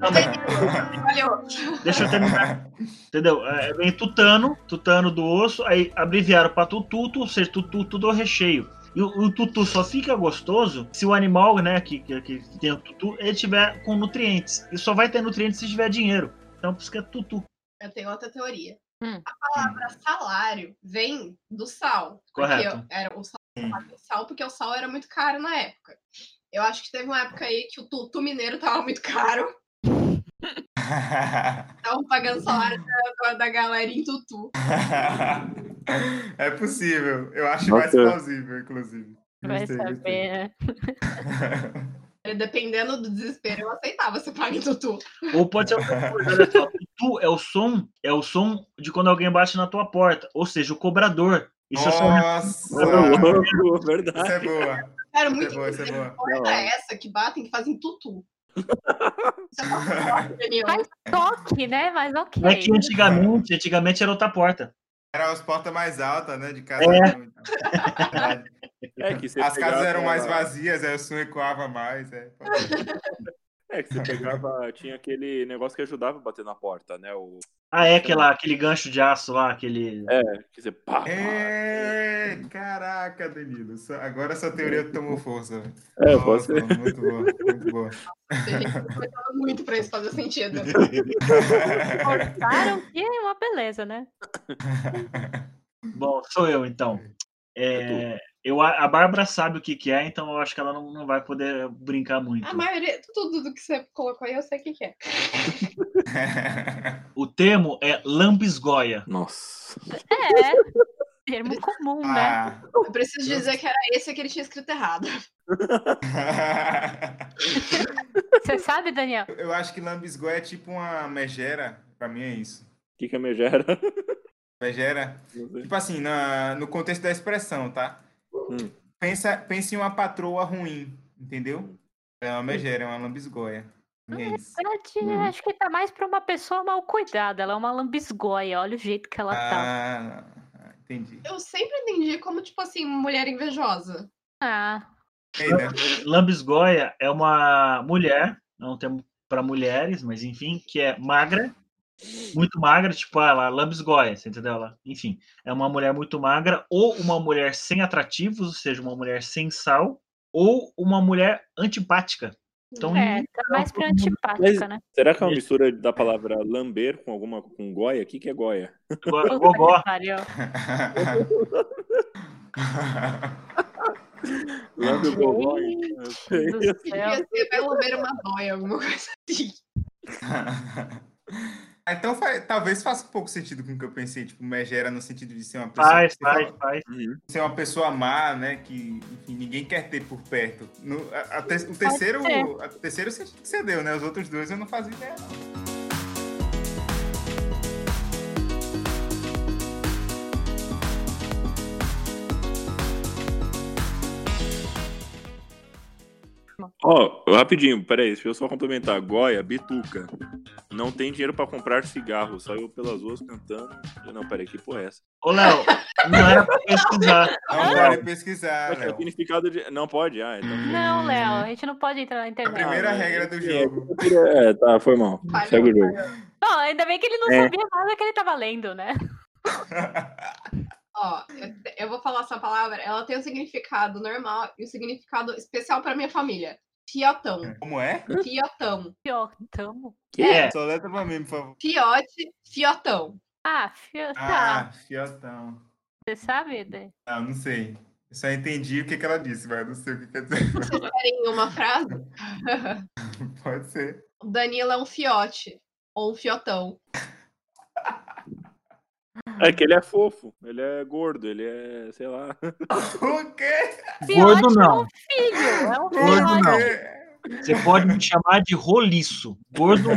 Não, mas
Valeu.
deixa eu terminar. Entendeu? É, vem tutano, tutano do osso, aí abreviaram para tututo, ou seja, tututo do recheio. E o, o tutu só fica gostoso se o animal, né, que, que, que tem o tutu, ele tiver com nutrientes. E só vai ter nutrientes se tiver dinheiro. Então por isso que é tutu.
Eu tenho outra teoria.
Hum.
A palavra salário vem do sal.
Correto.
Porque era o sal, sal, porque o sal era muito caro na época. Eu acho que teve uma época aí que o tutu mineiro tava muito caro. Estavam pagando salário da, da galera em tutu.
é possível. Eu acho
Nossa.
mais plausível, inclusive.
Vai
Gostei, gostei.
saber. né?
Dependendo do desespero, eu aceitava você paga em tutu.
Ou pode ser outra coisa, olha só. Tutu é o som, é o som de quando alguém bate na tua porta. Ou seja, o cobrador. Isso é
um
Ah.
só
Nossa!
louco,
Essa
verdade.
é boa.
Era
Essa é
muito
boa, essa é
incrível.
boa.
Porta é essa que batem que fazem tutu. Isso é uma sorte, Daniel.
Toque, né? Mas ok.
é
um
que antigamente, antigamente era outra porta.
Era as portas mais altas, né? De casa.
É que você
As casas
pegava-
eram mais vazias, aí o som ecoava mais. É.
É que você pegava, tinha aquele negócio que ajudava a bater na porta, né? O
Ah, é aquela, aquele gancho de aço lá, aquele.
que você pá, pá.
É, caraca, Danilo. só- Agora sua teoria tomou força. velho.
É,
Nossa,
pode ser.
Muito boa, muito boa.
Ele coitava muito pra isso fazer sentido.
Cortaram que é uma beleza, né?
Bom, sou eu então. É, eu, a a Bárbara sabe o que, que é, então eu acho que ela não, não vai poder brincar muito.
A maioria, tudo do que você colocou aí, eu sei o que que é.
O termo é lambisgoia.
Nossa.
É. Termo comum, né?
Ah.
Eu preciso dizer que era esse que ele tinha escrito errado.
Ah.
Você sabe, Daniel?
Eu acho que lambisgoia é tipo uma megera. Pra mim é isso.
O que, que a megera?
Megera.
Não sei.
Tipo assim, na, no contexto da expressão, tá?
Hum.
Pensa, pensa em uma patroa ruim, entendeu? É uma megera, é uma lambisgoia. E é isso.
Verdade,
Hum.
Acho que tá mais pra uma pessoa mal cuidada. Ela é uma lambisgoia. Olha o jeito que ela tá.
Ah, entendi.
Eu sempre entendi como, tipo assim, mulher invejosa.
Ah,
Ei, né?
Lambisgoia é uma mulher, não é um termo para mulheres, mas enfim, que é magra, muito magra, tipo ela, lambisgoia, você entendeu? Ela, enfim, é uma mulher muito magra, ou uma mulher sem atrativos, ou seja, uma mulher sem sal, ou uma mulher antipática. Então,
é. Tá mais pra antipática, né?
Será que é uma mistura da palavra lamber com alguma com goia? O que, que é goia?
go-
Puta
gogó,
que pariu.
Lambe o gogó, hein?
Gente
Não sei.
do céu.
Devia ser pelo menos uma dóia, alguma coisa assim.
Ah, então fa- talvez faça um pouco sentido com o que eu pensei, tipo, megera no sentido de ser uma pessoa,
faz,
ser
faz,
uma-
faz.
ser uma pessoa má, né? Que enfim, ninguém quer ter por perto. No- a- a te- o terceiro,
ser.
a- o terceiro você que você deu, né? Os outros dois eu não fazia ideia.
Ó, rapidinho, peraí, deixa eu só complementar. Goia, bituca. Não tem dinheiro pra comprar cigarro. Saiu pelas ruas cantando. Não, peraí, que porra é essa?
Ô, Léo, não era pra pesquisar.
Não vale pesquisar,
Mas é
Léo.
o significado de. Não pode, ah, então.
Hum.
Não, Léo, a gente não pode entrar na
A
internet.
primeira
Ah,
regra do
é.
jogo.
É, tá, foi mal.
Falhou,
Segue o jogo.
Bom, ainda bem que ele não
É.
sabia nada que ele tava lendo, né?
Ó, eu- eu vou falar essa palavra, ela tem um significado normal e um significado especial pra minha família. Fiotão.
Como é?
Fiotão.
Pior, tamo.
É,
Só letra pra mim, por favor.
Fiote, fiotão.
Ah, fio... tá.
Ah, fiotão.
Você sabe? Dani?
Ah, não sei. Eu só entendi o que, que ela disse, mas não sei o que quer dizer.
Vocês querem uma frase?
Pode ser.
O Danilo é um fiote. Ou um fiotão.
É que ele é fofo, ele é gordo, ele é, sei lá.
O quê?
Filhote
Gordo
é
não.
um filho. É um
Gordo
filhote.
não.
é um
Você pode me chamar de roliço. Gordo.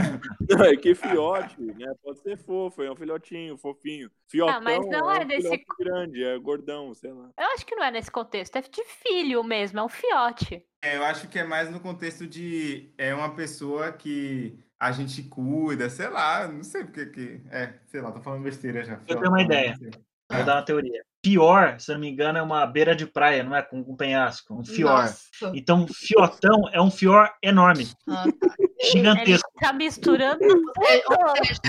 Não, é que filhote, né? Pode ser fofo, é um filhotinho, fofinho. Fiotão,
mas não é
um
desse-
filhote grande, é gordão, sei lá.
Eu acho que não é nesse contexto. É de filho mesmo, é um fiote.
É, eu acho que é mais no contexto de é uma pessoa que a gente cuida, sei lá, não sei porque que. É, sei lá, tô falando besteira já.
tenho uma ideia. Vou dar uma teoria. Pior, se eu não me engano, é uma beira de praia, não é? Com, com penhasco. Um fior.
Nossa.
Então, fiotão é um fior enorme,
Ah,
Ele
gigantesco.
tá misturando.
É, ou seja,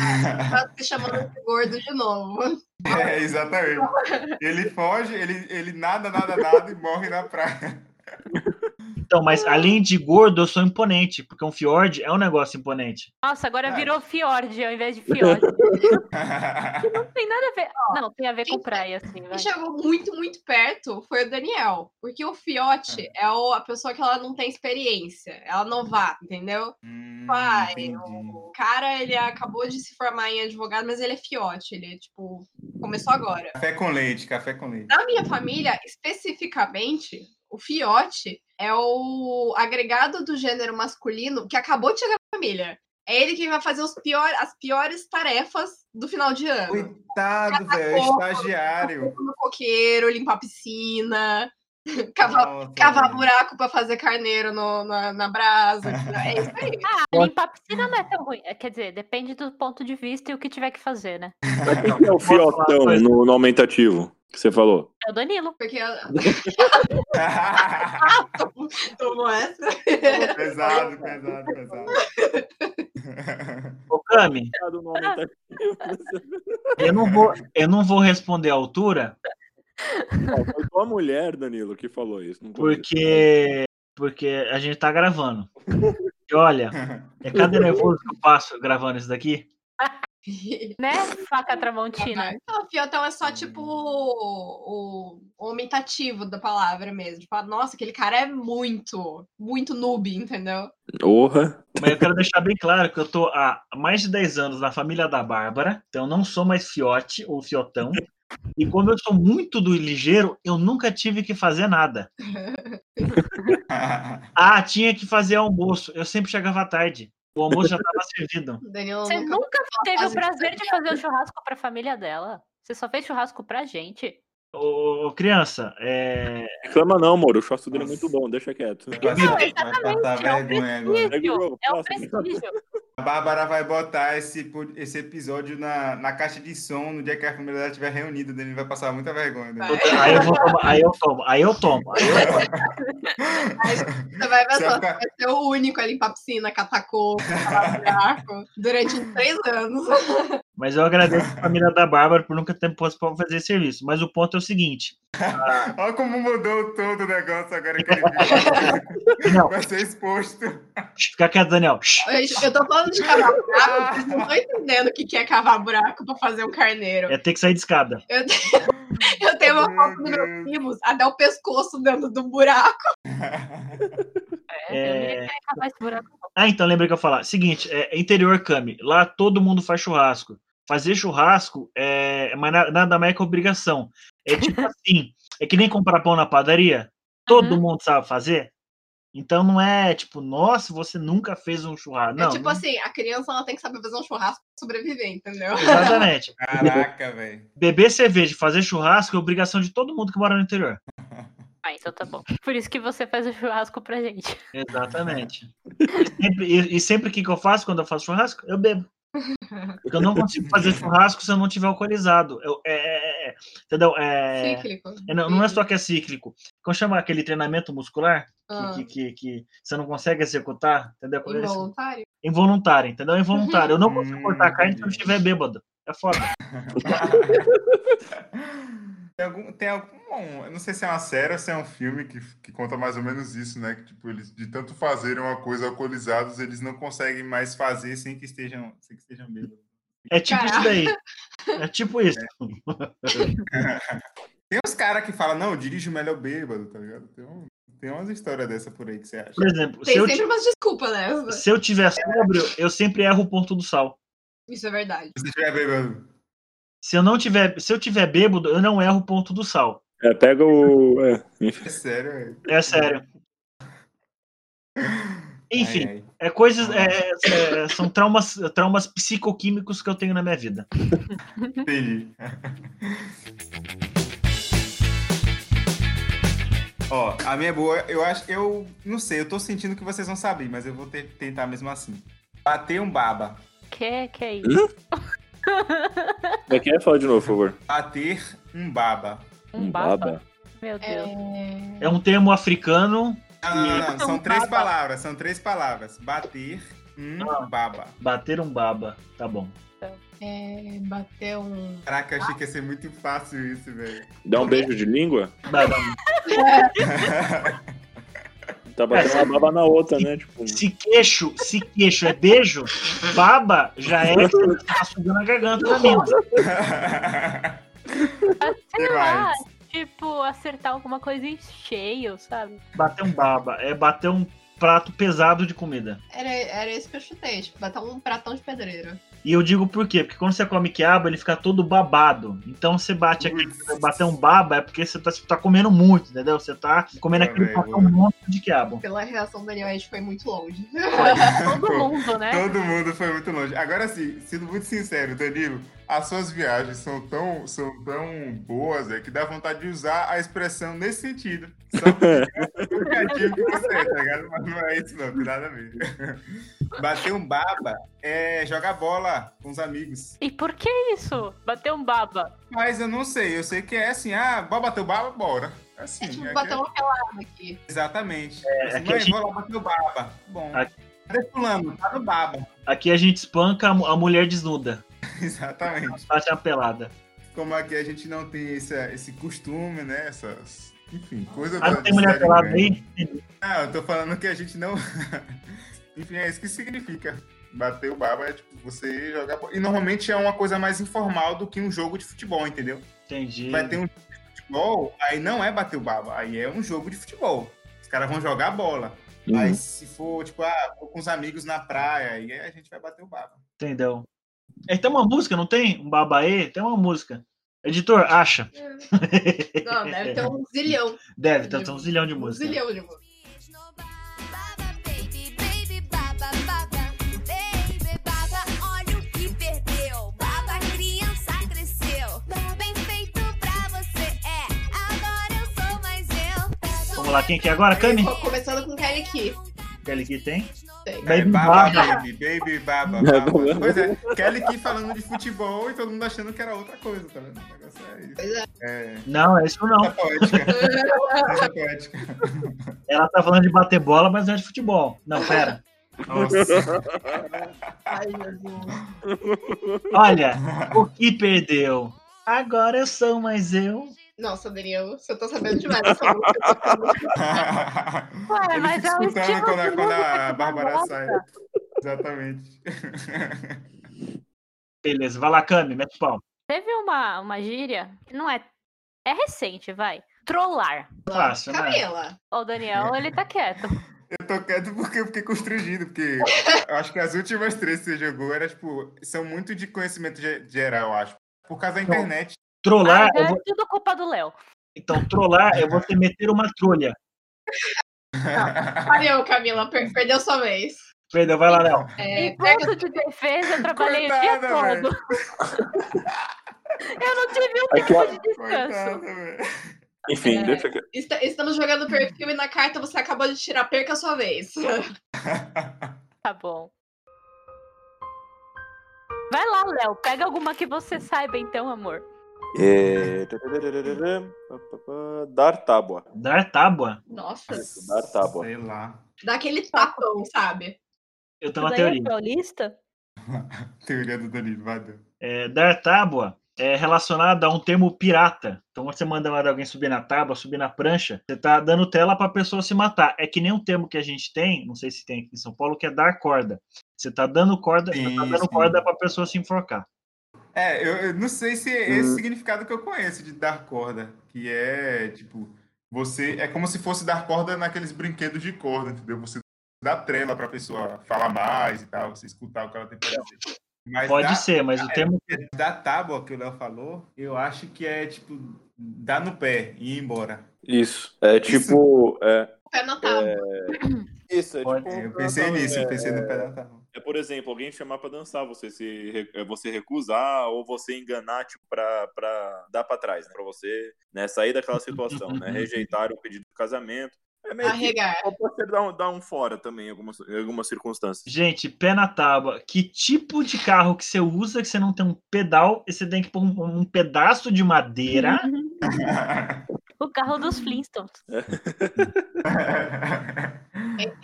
tá se chamando de gordo de novo.
É, exatamente. Ele foge, ele, ele nada, nada, nada e morre na praia.
É
Então, mas além de gordo, eu sou imponente, porque um fiord é um negócio imponente.
Nossa, agora
Ah.
virou fiord ao invés de fiote. Não tem nada a ver. Não, tem a ver com
Gente,
praia, assim, vai.
Quem chegou muito, muito perto foi o Daniel. Porque o Fiote é o- a pessoa que ela não tem experiência. Ela não vá, entendeu?
Hum,
Pai,
entendi.
o cara, ele acabou de se formar em advogado, mas ele é Fiote. Ele, é, tipo, começou agora.
Café com leite, café com leite.
Na minha família, especificamente, o fiote é o agregado do gênero masculino que acabou de chegar na família. É ele quem vai fazer os pior, as piores tarefas do final de ano.
Coitado, velho, é estagiário.
No coqueiro, limpar a piscina, cavar,
Nossa,
cavar
velho.
buraco pra fazer carneiro no- na, na brasa. É isso aí.
Ah, limpar a piscina não é tão ruim. É, Quer dizer, depende do ponto de vista e o que tiver que fazer, né?
O que é o fiotão
coisa?
no, no aumentativo que você falou?
É o Danilo.
Porque eu tomo,
Então,
tomo
é
essa.
pesado, pesado, pesado.
Ô, Cami,
É, No aumentativo.
eu não vou, eu não vou responder a altura,
Ó, Foi só a mulher, Danilo, que falou isso. não foi
porque, porque a gente tá gravando. E olha, é cada nervoso que eu passo gravando isso daqui.
Né? Faca Tramontina.
Então, fiotão é só
Hum.
tipo o, o aumentativo da palavra mesmo. Tipo, ah, nossa, aquele cara é muito, muito noob, entendeu?
isso. Orra.
Mas eu quero deixar bem claro que eu tô há mais de 10 anos na família da Bárbara, então eu não sou mais fiote ou fiotão. E como eu sou muito do ligeiro, eu nunca tive que fazer nada. Ah, tinha que fazer almoço. Eu sempre chegava tarde. O almoço já estava servido.
O Danilo
Você é
nunca...
nunca teve o
fase
prazer de fazer o churrasco pra família dela. Você só fez churrasco pra gente.
Ô, ô, criança, é,
Reclama não, moro. O churrasco dele é muito
Nossa.
bom, deixa quieto.
Vai passar- vai passar
exatamente, é um
vergonha
né,
agora.
Prestígio, é um
Nossa.
prestígio.
A Bárbara vai botar esse, pod- esse episódio na, na caixa de som no dia que a família dela estiver reunida. né? Ele vai passar muita vergonha. né?
Vai.
aí eu vou tomar, aí eu tomo, aí eu tomo. Aí eu tomo.
Você vai ver
Você
só,
vai
você
ficar-
vai ser o único a limpar a piscina, catar coco, cavar buraco, durante uns três anos.
Mas eu agradeço a família da Bárbara por nunca ter me posto para fazer esse serviço. Mas o ponto é o seguinte:
Olha como mudou todo o negócio agora que ele viu.
Não.
Vai ser exposto.
fica quieto, Daniel. Shh.
Gente, Eu tô falando de cavar buraco, vocês não tô entendendo o que que é cavar buraco pra fazer um carneiro.
É ter que sair de escada.
Eu tenho, eu tenho uma foto dos meus primos, até o pescoço dentro do buraco.
É, eu não
É,
ia querer acabar esse buraco.
Ah, então lembrei que eu ia falar. Seguinte, é, interior, Cami. Lá todo mundo faz churrasco. Fazer churrasco é mas na- nada mais que obrigação. É tipo assim, é que nem comprar pão na padaria. Todo
Uhum.
mundo sabe fazer. Então não é tipo, nossa, você nunca fez um churrasco. Não,
é tipo
não-
assim, a criança ela tem que saber fazer um churrasco pra sobreviver, entendeu?
exatamente.
Caraca, velho.
Beber cerveja e fazer churrasco é obrigação de todo mundo que mora no interior.
Ah, então tá bom. Por isso que você faz o churrasco pra gente.
Exatamente. E sempre, e, e sempre que que eu faço quando eu faço churrasco, eu bebo. Porque eu não consigo fazer churrasco se eu não tiver alcoolizado. Eu- é, é, é, é, entendeu? É,
Cíclico.
é, não, não é só que é cíclico. Como chama aquele treinamento muscular que,
Ah,
que, que, que você não consegue executar, entendeu? Esse-
involuntário.
Involuntário, entendeu? Involuntário. Eu não consigo
Hum,
cortar a carne se eu não
entendi.
estiver bêbado. É foda.
Tem algum, tem algum, eu não sei se é uma série ou se é um filme que, que conta mais ou menos isso, né? Que tipo, eles de tanto fazerem uma coisa alcoolizados, eles não conseguem mais fazer sem que estejam, sem que estejam bêbados.
É tipo isso daí. É tipo isso.
Tem uns caras que falam, não, eu dirijo melhor bêbado, tá ligado? Tem, um, tem umas histórias dessa por aí que você acha.
Por exemplo,
Tem
se eu,
sempre umas desculpas, né?
ti- se eu tiver sóbrio, eu sempre erro o ponto do sal.
Isso é verdade.
Se você estiver bêbado.
Se eu não tiver, se eu tiver bêbado, eu não erro o ponto do sal.
É, pega o. é.
É sério, velho.
É sério. Enfim,
Ai, ai.
é coisas, é- é- são traumas, traumas psicoquímicos que eu tenho na minha vida.
Entendi. Ó, a minha é boa, eu acho, eu não sei, eu tô sentindo que vocês vão saber, mas eu vou ter- tentar mesmo assim. Bater um baba.
Que que é isso?
Como é que é? Fala de novo, por favor.
Bater um baba.
Hum,
Um baba. Meu Deus.
É um termo africano,
Não, não, não, não,
Um
são três
baba.
palavras, são três palavras. Bater um
Ah.
baba.
bater um baba, tá bom.
É, bater um.
Caraca, eu achei que ia ser muito fácil isso, velho.
Dá um beijo de língua?
Ba- ba-
Tá batendo uma baba na outra, né? Tipo,
Se queixo, se queixo é beijo, baba já é que tá sugando a garganta da mina.
Ah, Sei
que
lá,
mais?
tipo, acertar alguma coisa em cheio, sabe?
Bater um baba é bater um prato pesado de comida.
Era, era esse que eu chutei, tipo, bater um pratão de pedreiro.
E eu digo por quê? Porque quando você come quiabo, ele fica todo babado. Então você bate aqui,
Putz.
bater um baba é porque você tá, você tá comendo muito, entendeu? Você tá comendo
Ah,
aquele
velho,
papel
mano.
monte de quiabo.
Pela reação do Daniel, a gente foi muito longe.
Todo mundo, né?
Todo mundo foi muito longe. Agora sim, sendo muito sincero, Danilo, as suas viagens são tão, são tão boas é, que dá vontade de usar a expressão nesse sentido. Só porque eu gatinho que você, tá ligado? Mas não é isso não, tem nada a ver. Bater um baba é jogar bola com os amigos.
E por que isso? Bater um baba.
Mas eu não sei, eu sei que é assim, ah, bora bater o baba, bora. É Assim,
É tipo,
é que-
bater uma pelada aqui.
Exatamente.
é
assim,
que a
mãe,
gente-
vou lá bater o baba. Bom.
Aqui-
Cadê fulano? Tá no baba.
Aqui a gente espanca a, mu- a mulher desnuda,
Exatamente.
bate a pelada.
como aqui a gente não tem esse, esse costume, né? Essas. Enfim, coisa
Ah,
da-
não tem
do
mulher
século
pelada
XX.
aí?
Ah, eu tô falando que a gente não. Enfim, é isso que significa. Bater o baba é tipo você jogar. bo- E normalmente é uma coisa mais informal do que um jogo de futebol, entendeu?
Entendi.
Vai ter um jogo de futebol, aí não é bater o baba, aí é um jogo de futebol. Os caras vão jogar bola.
Uhum.
Mas se for, tipo, ah, vou com os amigos na praia, aí a gente vai bater o baba.
Entendeu? É, tem uma música, não tem? Um babaê? Tem uma música. Editor, acha.
Não, deve ter um zilhão.
Deve, tem tem um zilhão de
Um
músicas.
zilhão de música.
Baba, baby, baby, baba, baba, baby, baba, olha o que perdeu. Baba, criança cresceu. Bem feito pra você, é. Agora eu sou mais eu.
Vamos lá, quem que é agora? Cami?
Co- Começando com Kelly Key.
Kelly que tem?
Tem.
Baby
é, baba,
Baba.
baby, baby
Não,
baba, baba.
não, não.
Pois é, Kelly aqui falando de futebol e todo mundo achando que era outra coisa, tá vendo? O negócio é isso.
Pois é.
É,
Não, é isso não.
essa poética. essa poética.
Ela tá falando de bater bola, mas não é de futebol. Não, pera.
Nossa.
Ai, Jesus.
Olha, o que perdeu? Agora eu sou, mas eu.
Nossa, Daniel, você tá sabendo demais dessa música. eu tô falando.
Ué,
Ele
mas
fica
é o
escutando
estilo
quando, a-
de
quando a
música tá
Bárbara
famosa.
sai. Exatamente.
Beleza, vai lá, Cami, mete o pau.
Teve uma, uma gíria, que não é. É recente, vai. Trollar.
Fácil, né?
Camila.
Ó, O Daniel, ele tá quieto.
Eu tô quieto porque eu fiquei constrangido, porque eu acho que as últimas três que você jogou era, tipo, são muito de conhecimento ge- geral, eu acho. Por causa da internet.
Trollar,
Mas
eu
é
vou-
tudo culpa do Léo.
então, trollar é você meter uma trolha.
Valeu, Camila, per- perdeu sua vez.
Perdeu, vai lá, Léo.
É,
Em
pega
ponto de defesa, eu trabalhei o dia
Coitada, velho.
todo. Eu não tive um
Aquela-
tempo de descanso.
Coitada, velho.
enfim,
É.
deixa que-
Est- Estamos jogando perfil e na carta você acabou de tirar perca a sua vez.
Tá bom. Vai lá, Léo. Pega alguma que você saiba, então, amor.
É, tadadadadadã, pá, pá, pá, Dar tábua.
Dar tábua?
Nossa.
Isso, Dar tábua.
Sei lá.
Dá aquele tapão, sabe?
Eu tenho
Isso
uma
daí é
teoria.
paulista?
Teoria do Danilo, valeu.
É, dar tábua é relacionado a um termo pirata. Então, quando você manda lá alguém subir na tábua, subir na prancha, você tá dando tela pra pessoa se matar. É que nem um termo que a gente tem, não sei se tem aqui em São Paulo, que é dar corda. Você tá dando corda, você tá
Sim,
dando
sim.
corda pra pessoa se enforcar.
É, eu, eu não sei se é esse
Hum.
significado que eu conheço de dar corda, que é tipo, você é como se fosse dar corda naqueles brinquedos de corda, entendeu? Você dá trela pra pessoa falar mais e tal, você escutar o que ela tem pra dizer. Mas é
Pode
da,
ser, mas o termo.
Da tábua que o Léo falou, eu acho que é tipo, dar no pé e ir embora.
Isso. É tipo. É,
Pé na tábua.
isso, é
Pode-
tipo.
Eu pensei nisso, eu pensei no pé da tábua.
É, por exemplo, alguém te chamar pra dançar, você se re- é, você recusar ou você enganar tipo para para dar pra trás, né? Para você, né, sair daquela situação, né? Rejeitar o pedido de casamento. É meio que
Arregar.
ou pode ser dar um, dar um fora também em algumas em algumas circunstâncias.
Gente, pé na tábua. Que tipo de carro que você usa que você não tem um pedal e você tem que pôr um, um pedaço de madeira?
Hum, O carro dos Flintstones.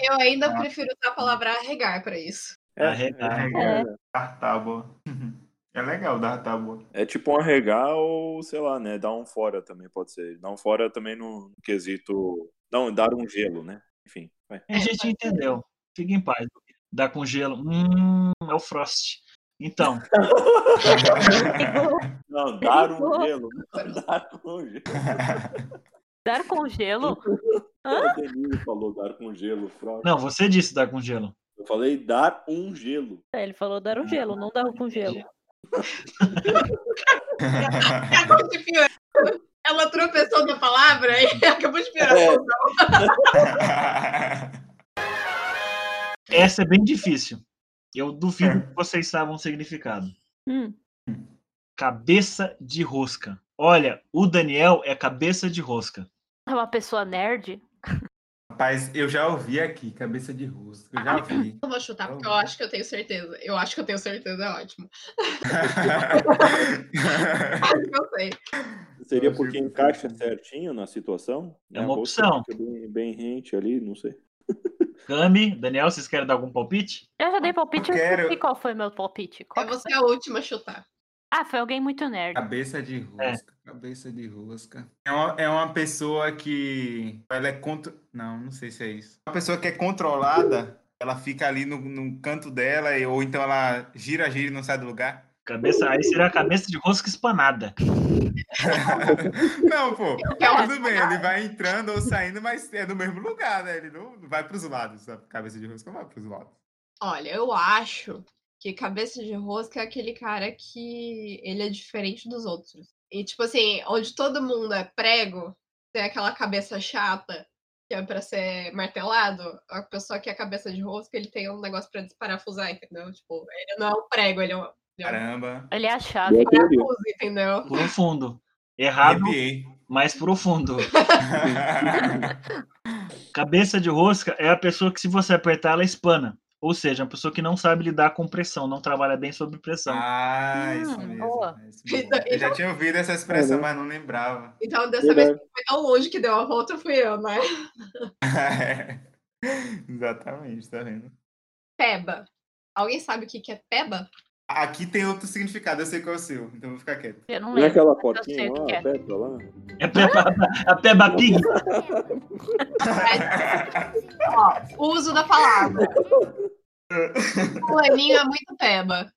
Eu ainda
Ah.
prefiro usar a palavra arregar pra isso.
é,
Arregar.
É.
Dar tábua. É legal dar tábua.
É tipo um arregar ou, sei lá, né, dar um fora também pode ser. Dar um fora também no, no quesito, não, dar um gelo, né? Enfim, vai.
A gente entendeu. Fica em paz. Dá com gelo. Hum, é o Frost. Então,
Não, dar um
Perigo.
gelo, não, dar um gelo.
Dar congelo? Ah!
O Danilo falou dar com gelo, Frota.
não, você disse dar com gelo.
Eu falei dar um gelo.
É, ele falou dar um gelo, não dar um congelo.
Ela Acabou de piorar. Ela tropeçou na palavra e acabou de piorar.
É.
Essa é bem difícil. Eu duvido que vocês saibam o significado.
Hum.
Cabeça de rosca. Olha, o Daniel é cabeça de rosca.
É uma pessoa nerd?
Rapaz, eu já ouvi aqui, cabeça de rosto. Eu já ouvi.
Eu vou chutar porque eu acho que eu tenho certeza. Eu acho que eu tenho certeza, é ótimo. Acho que eu sei.
Seria
um
Eu
porque
juro.
encaixa certinho na situação?
né? É
né?
uma
A bolsa
opção.
fica Bem, bem rente ali, não sei.
Cami, Daniel, vocês querem dar algum palpite?
Eu já dei palpite, eu
Quero-
esqueci qual foi meu palpite. Qual
É
que
você
foi?
a última a chutar.
Ah, foi alguém muito nerd.
Cabeça de rosca, cabeça de rosca. É uma, é uma pessoa que. Ela é contra. Não, não sei se é isso. Uma pessoa que é controlada, ela fica ali no, no canto dela, e- ou então ela gira, gira e não sai do lugar.
Cabeça, aí seria a cabeça de rosca espanada.
não, pô.
quero
Tudo bem, ele vai entrando ou saindo, mas é do mesmo lugar, né? Ele não não vai pros lados. A cabeça de rosca não vai pros lados.
Olha, eu acho que cabeça de rosca é aquele cara que ele é diferente dos outros. E tipo assim, onde todo mundo é prego, tem aquela cabeça chata que é pra ser martelado, a pessoa que é cabeça de rosca, ele tem um negócio pra desparafusar, entendeu? Tipo, ele não é um prego, ele é um
Caramba.
Ele é a chave.
parafuso, entendeu?
Profundo. Errado,
Arrepiei.
mas profundo. Cabeça de rosca é a pessoa que, se você apertar, ela espana. Ou seja, uma pessoa que não sabe lidar com pressão, não trabalha bem sob pressão.
Ah, isso
Hum,
mesmo.
boa.
é isso mesmo.
Então,
Eu já tinha ouvido essa expressão, mas não lembrava.
Então, dessa vez que foi tão longe que deu a volta, fui eu, né?
Exatamente, tá vendo?
Peba. Alguém sabe o que que é peba?
Aqui tem outro significado, eu sei qual é o seu, então eu vou ficar quieto.
Eu não
Não é
lembro.
aquela
mas eu sei
fotinha
o que
lá,
que
a
é.
Peppa lá?
É Peppa, a Peppa Pig.
O uso da palavra. O aninho é muito peba.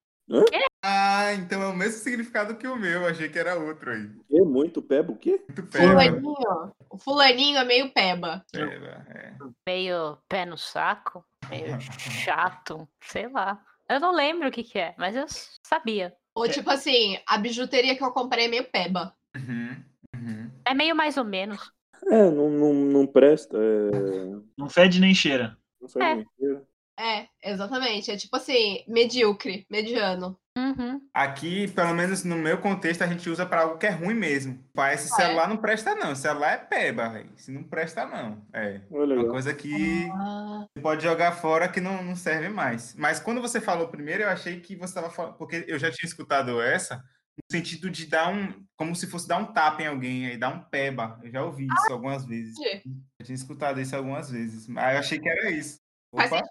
ah, então é o mesmo significado que o meu, achei que era outro aí.
Que É muito Peppa, o quê?
Muito peba.
Fulaninho. O fulaninho é meio peba.
peba, é.
Meio pé no saco, meio chato, sei lá. Eu não lembro o que que é, mas eu s- sabia.
É.
Ou tipo assim, a bijuteria que eu comprei é meio peba.
Uhum, uhum.
É meio mais ou menos.
É, não, não, não presta. É...
Não fede nem cheira.
Não faz
É.
mentira.
É, exatamente. É tipo assim, medíocre, mediano.
Uhum.
Aqui, pelo menos no meu contexto, a gente usa pra algo que é ruim mesmo. Pai, esse
Ah, é?
celular não presta não, esse celular é peba, velho. Se não presta não, é.
Olha
Uma
legal.
coisa
Uhum.
que
Ah.
Você pode jogar fora que não, não serve mais. Mas quando você falou primeiro, eu achei que você estava falando. Porque eu já tinha escutado essa, no sentido de dar um. Como se fosse dar um tapa em alguém, aí dar um peba. Eu já ouvi isso algumas vezes.
entendi.
Eu tinha escutado isso algumas vezes. Mas eu achei que era isso.
Faz
Opa!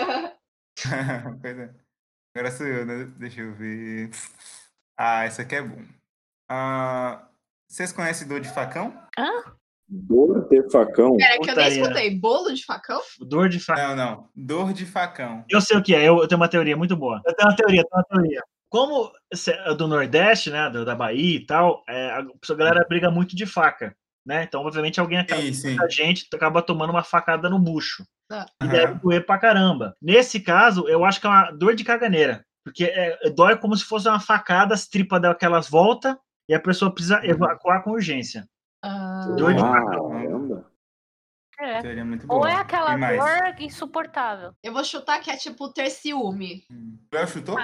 pois é. Agora sou eu, né? Deixa eu ver. Ah, essa aqui é bom. Ah, vocês conhecem dor de facão?
Dor de facão.
Pera, que eu nem
Putaria.
escutei. Bolo de facão?
Dor de faca.
Não, não. Dor de facão.
Eu sei o que é, eu, eu tenho uma teoria muito boa. Eu tenho uma teoria, eu tenho uma teoria. Como cê- é do Nordeste, né, do- da Bahia e tal, é, a a galera briga muito de faca, né? Então, obviamente, alguém acaba,
Sim, sim.
a gente acaba tomando uma facada no bucho.
Ah.
E deve
Aham.
doer pra caramba. Nesse caso, eu acho que é uma dor de caganeira. Porque é, dói como se fosse uma facada, as tripas dão aquelas voltas e a pessoa precisa evacuar com urgência.
Ah,
Dor de
Ah,
facada.
caramba.
É.
Seria muito bom.
Ou é aquela
Quem mais?
dor insuportável.
eu vou chutar que é tipo ter ciúme.
Hum. Léo chutou?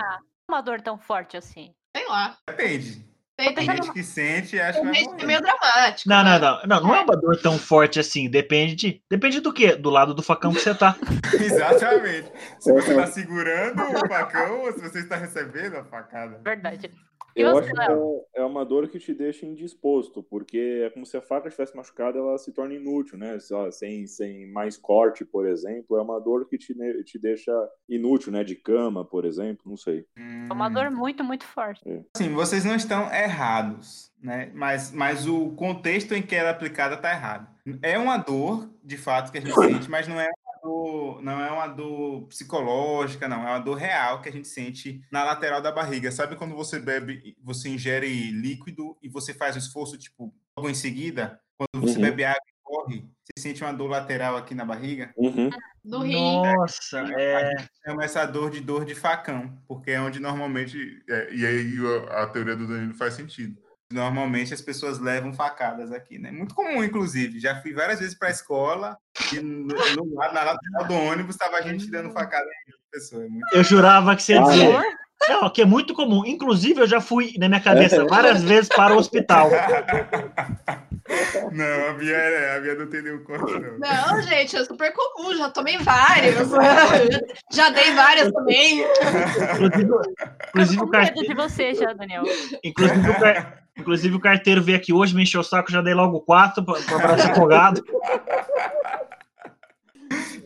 Uma dor tão forte assim.
Sei lá.
Depende.
Tem,
Tem
tem,
gente que sente e acha que
tem
vai
gente que é
morrer.
um meio dramático.
tá Não,
né?
não, não, não. Não é uma dor tão forte assim. Depende de, depende do quê? Do lado do facão que você tá.
Exatamente. Se você está segurando o facão ou se você está recebendo a facada.
Verdade. E
Eu
você,
acho que
Léo?
é- é uma dor que te deixa indisposto, porque é como se a faca estivesse machucada, ela se torna inútil, né? Só Sem, sem mais corte, por exemplo, é uma dor que te, ne- te deixa inútil, né? De cama, por exemplo, não sei.
É uma dor muito, muito forte.
Sim, Assim, vocês não estão errados, né? Mas, mas o contexto em que ela é aplicada está errado. É uma dor, de fato, que a gente sente, mas não é uma dor, não é uma dor psicológica, não. É uma dor real que a gente sente na lateral da barriga. Sabe quando você bebe, você ingere líquido e você faz o esforço, tipo, logo em seguida? Quando você
Uhum.
bebe água e corre, você sente uma dor lateral aqui na barriga?
Uhum.
Do rim.
Nossa, é.
Chama essa dor de dor de facão, porque é onde normalmente
É, e aí o- a teoria do Danilo faz sentido.
Normalmente as pessoas levam facadas aqui, né? Muito comum, inclusive. Já fui várias vezes para a escola e no, no, na lateral do ônibus estava a gente dando facada em pessoa. É muito...
Eu jurava que você ia
Ah,
dizer.
Dor?
Não, que é muito comum. Inclusive, eu já fui na minha cabeça várias vezes para o hospital.
Não, a Bia, é, a Bia não tem nenhum corte, não.
Não, gente, é super comum. Já tomei várias. já dei várias também.
Inclusive,
Fico
inclusive, o
com
carte-
medo de você já, Daniel.
inclusive, o car- inclusive, o carteiro veio aqui hoje, me encheu o saco, já dei logo quatro para abraço folgado.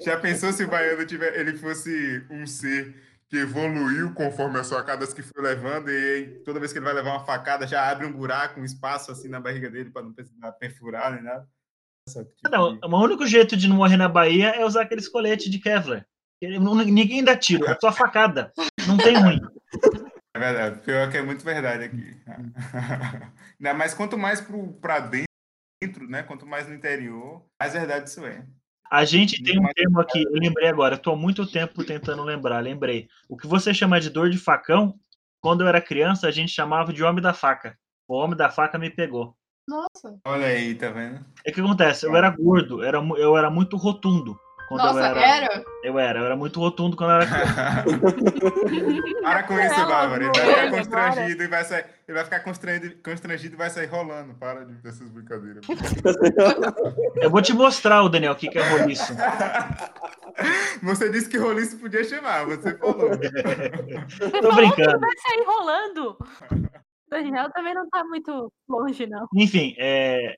Já pensou se o baiano tiver, ele fosse um ser que evoluiu conforme as facadas que foi levando e toda vez que ele vai levar uma facada já abre um buraco, um espaço assim na barriga dele para não precisar perfurar nem nada? Nossa, que
Ah,
tipo
Não,
de-
o único jeito de não morrer na Bahia é usar aqueles coletes de Kevlar. Ele não- Ninguém dá tiro, é só facada. Não tem ruim.
É verdade, pior que é muito verdade aqui. Ainda mais quanto mais pro, pra dentro, né? Quanto mais no interior, mais verdade isso é.
A gente tem um termo aqui, eu lembrei agora, estou há muito tempo tentando lembrar, lembrei. O que você chama de dor de facão, quando eu era criança, a gente chamava de homem da faca. O homem da faca me pegou.
Nossa.
Olha aí, tá vendo?
É que acontece, eu era gordo, era, mu- eu era muito rotundo. Quando
Nossa,
eu
era.
era, Eu era, eu era muito rotundo quando eu era criança.
Para com isso,
Não,
Bárbara. Ele vai
amor,
ficar
para.
constrangido e vai sair. Ele vai ficar constrangido, constrangido e vai sair rolando. Para de
Dessas brincadeiras.
Eu vou te mostrar, o Daniel, o que, que é roliço.
Você disse que roliço podia chamar, você falou.
Você
Tô
falou que
brincando.
vai sair rolando. Daniel também não tá muito longe, não.
Enfim, é,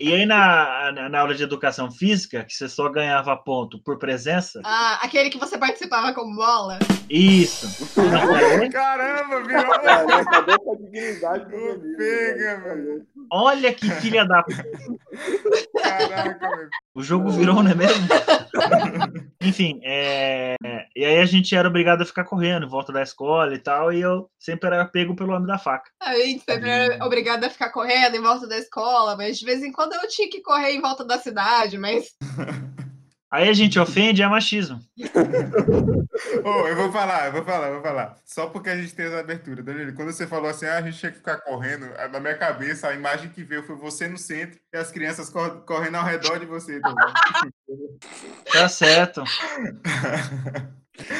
e aí na, na- na aula de educação física, que você só ganhava ponto por presença,
Ah, aquele que você participava com bola.
isso. Não, pera aí.
Caramba, virou.
Cara, acabou com a dignidade do
Não
Danilo,
pega,
velho.
velho.
Olha que filha da
Caraca, velho.
O jogo virou, não é mesmo? Enfim, é... e aí a gente era obrigado a ficar correndo em volta da escola e tal, e eu sempre era pego pelo homem da faca.
A gente sempre era obrigada a ficar correndo em volta da escola, mas de vez em quando eu tinha que correr em volta da cidade, mas
Aí a gente ofende, é machismo.
Ô, eu vou falar, eu vou falar, eu vou falar. Só porque a gente tem essa abertura, Danilo. Quando você falou assim, ah, a gente tinha que ficar correndo, ah, na minha cabeça a imagem que veio foi você no centro e as crianças cor- correndo ao redor de você. Danilo.
Tá certo.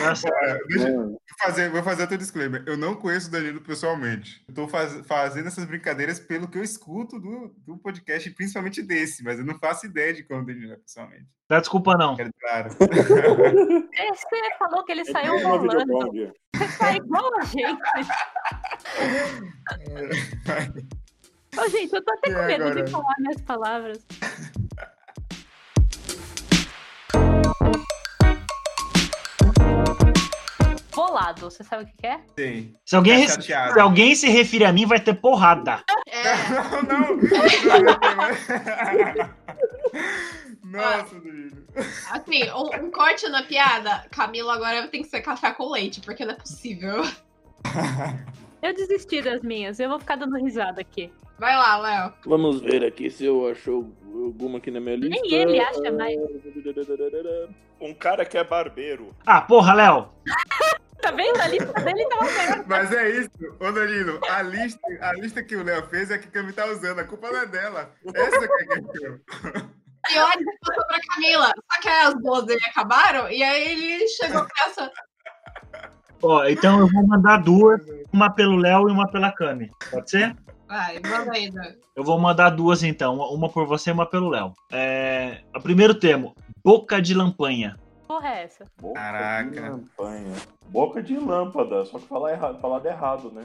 Tá certo.
Deixa eu
Mano,
fazer, vou fazer outro disclaimer. Eu não conheço o Danilo pessoalmente. Eu tô faz- fazendo essas brincadeiras pelo que eu escuto do, do podcast, principalmente desse, mas eu não faço ideia de como o Danilo é pessoalmente.
Dá desculpa, não.
Quero claro.
Você falou que ele saiu
é uma
rolando.
videocondia.
Você tá igual a gente. Ô, gente, eu tô até
E
com medo
agora?
de falar minhas palavras. Bolado, você sabe o que que é?
Sei.
Se alguém,
Tá
res-
chateado.
se alguém se referir a mim, vai ter porrada.
é,
Não, não. não. Nossa, Danilo.
assim, um, um corte na piada, Camilo agora tem que ser café com leite, porque não é possível.
Eu desisti das minhas, eu vou ficar dando risada aqui.
Vai lá, Léo.
Vamos ver aqui se eu achou alguma aqui na minha lista. Ah,
Nem ele acha mais.
Um cara que é barbeiro.
Ah, porra, Léo.
Tá vendo? A lista dele tá tava melhor.
Mas é isso, ô Danilo. A lista, a lista que o Léo fez é a que a Cami tá usando. A culpa não é dela. Essa que é a questão.
E olha, ele passou pra Camila. Só que aí as bolas dele acabaram. E aí ele chegou com essa.
Ó, então eu vou mandar duas, uma pelo Léo e uma pela Cami. Pode ser?
Vai, manda aí, Dan.
Eu vou mandar duas então, uma- uma por você e uma pelo Léo. É, o primeiro termo, boca de lampanha.
Porra, é essa?
Boca de
Caraca.
lampanha. Boca de lâmpada, só que falar errado, falado errado, né?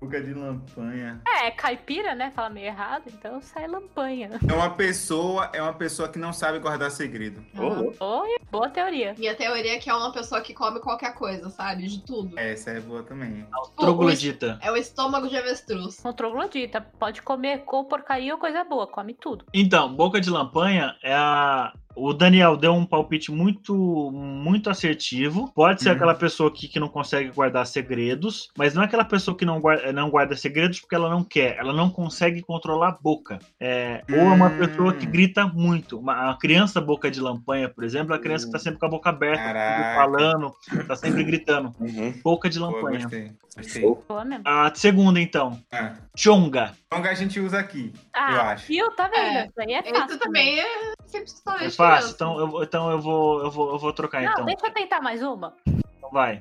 Boca de lampanha.
É, caipira, né? Fala meio errado, então sai lampanha.
É uma pessoa, é uma pessoa que não sabe guardar segredo.
Ô, louco.
Oi, boa teoria.
E a teoria é que é uma pessoa que come qualquer coisa, sabe? De tudo.
Essa é boa também.
Pô, o es-
Troglodita.
É o estômago de avestruz.
Um troglodita. Pode comer ou porcaria ou coisa boa, come tudo.
Então, boca de lampanha é a. O Daniel deu um palpite muito muito assertivo. Pode ser
Uhum.
aquela pessoa que, que não consegue guardar segredos, mas não é aquela pessoa que não guarda, não guarda segredos porque ela não quer, ela não consegue controlar a boca. É, ou é uma
Hum.
pessoa que grita muito. Uma, a criança boca de lampanha, por exemplo, é a criança que tá sempre com a boca aberta,
Hum. Caraca.
sempre falando, tá sempre gritando.
Uhum.
Boca de
Boa,
lampanha.
gostei. Gostei.
Show.
Boa mesmo.
A segunda, então.
Ah,
Chonga.
longa a gente usa aqui, eu
Ah,
acho.
viu? Tá vendo?
É,
Isso aí é
Isso
fácil.
também é sempre
É
totalmente
fácil.
criança.
Então eu, vou- então eu vou eu vou, eu vou trocar,
Não,
então.
deixa eu tentar mais uma.
Então Vai.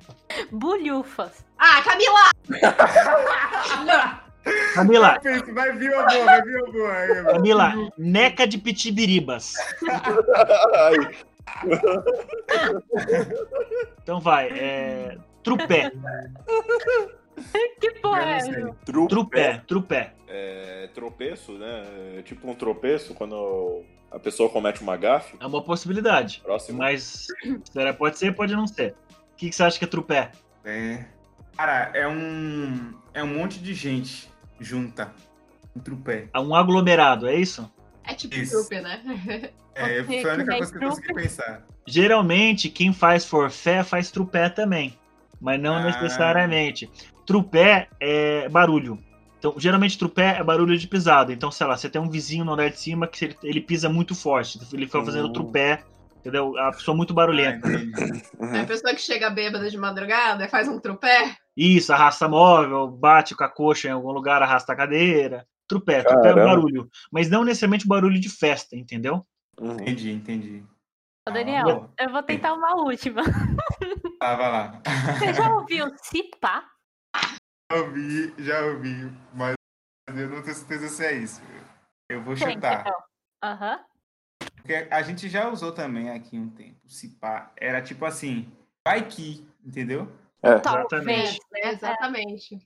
Bulhufas.
Ah, Camila! Não,
Camila,
Pensa, Vai vir a boa, vai vir a boa. aí, mano.
Camila, neca de pitibiribas.
Ai,
Então vai. É, trupé,
Que porra é
Eu não
essa?
sei.
trupé.
trupé, trupé.
É tropeço, né? É tipo um tropeço quando a pessoa comete uma gafe.
É uma possibilidade.
Próximo.
Mas será, pode ser, pode não ser. O que, que você acha que é trupé?
É. Cara, é um. É um monte de gente junta. Um trupé.
É um aglomerado, é isso?
é tipo
Isso.
trupe, né?
É,
Você
foi a
que
única
vem
coisa que eu consegui
trupé.
pensar.
Geralmente, quem faz forfé faz trupé também. Mas não
Ah.
necessariamente. Trupé é barulho. Então, geralmente, trupé é barulho de pisada. Então, sei lá, você tem um vizinho no andar de cima que ele, ele pisa muito forte. Ele fica fazendo
Hum.
trupé, entendeu? A pessoa muito
Ah,
barulhenta.
entendi.
É a pessoa que chega bêbada de madrugada, faz um trupé.
Isso, arrasta móvel, bate com a coxa em algum lugar, arrasta a cadeira. Trupé, trupé é um
Caramba.
barulho. Mas não necessariamente barulho de festa, entendeu?
Uhum.
Entendi, entendi.
Ô, Daniel, eu vou tentar uma última.
Tá, vai lá.
Você já ouviu cipá?
Já ouvi, já ouvi, mas eu não tenho certeza se é isso. Eu vou chutar.
Então. Aham.
Porque a gente já usou também aqui um tempo. Se pá, era tipo assim, vai que, entendeu?
Exatamente.
Talvez.
É, exatamente.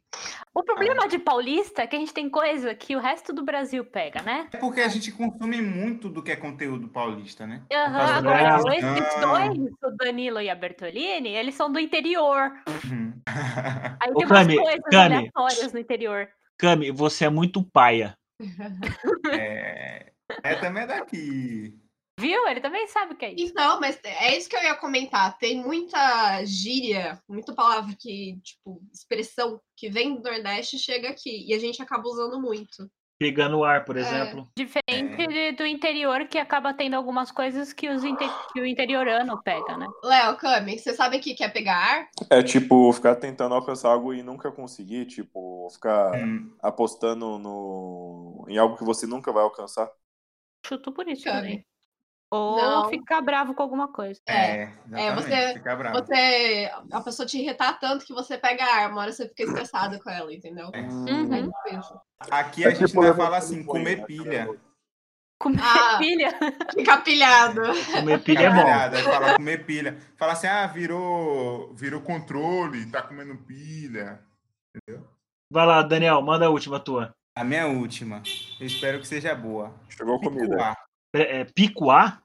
O problema de paulista é que a gente tem coisa que o resto do Brasil pega, né?
É porque a gente consome muito do que é conteúdo paulista, né? Por
Aham,
causa da
agora
televisão.
esses dois, o Danilo e a Bertolini, eles são do interior.
Uhum.
Aí
Ô,
tem umas
Cami,
coisas
Cami.
aleatórias no interior.
Cami, você é muito paia.
É, é também daqui.
Viu? Ele também sabe o que é isso.
Então, mas é isso que eu ia comentar. Tem muita gíria, muita palavra que, tipo, expressão que vem do Nordeste e chega aqui. E a gente acaba usando muito.
Pegando ar, por exemplo. É.
Diferente de- do interior, que acaba tendo algumas coisas que, os inte- que o interiorano pega, né?
Léo, Cami, você sabe o que que é pegar ar?
É tipo ficar tentando alcançar algo e nunca conseguir, tipo ficar
Hum,
apostando no em algo que você nunca vai alcançar.
Chuto por isso
Cami.
também. Ou
Não.
ficar bravo com alguma coisa.
É,
é, você-
exatamente, fica bravo.
Você. A pessoa te irritar tanto que você pega ar, uma hora você fica estressado com ela, entendeu? É
Uhum.
difícil.
Aqui a
É
gente
tipo
não
levantar
fala
um
assim,
punho,
comer
né?
pilha.
Comer
Ah.
pilha.
Fica pilhado.
Comer pilha é bom.
Caminhada, fala comer pilha. Fala assim, ah, virou
Virou controle, tá comendo pilha.
Vai lá, Daniel, manda a última tua.
A minha última. Eu espero que seja boa.
Chegou comida.
Picuá. É.
É, é, picoar?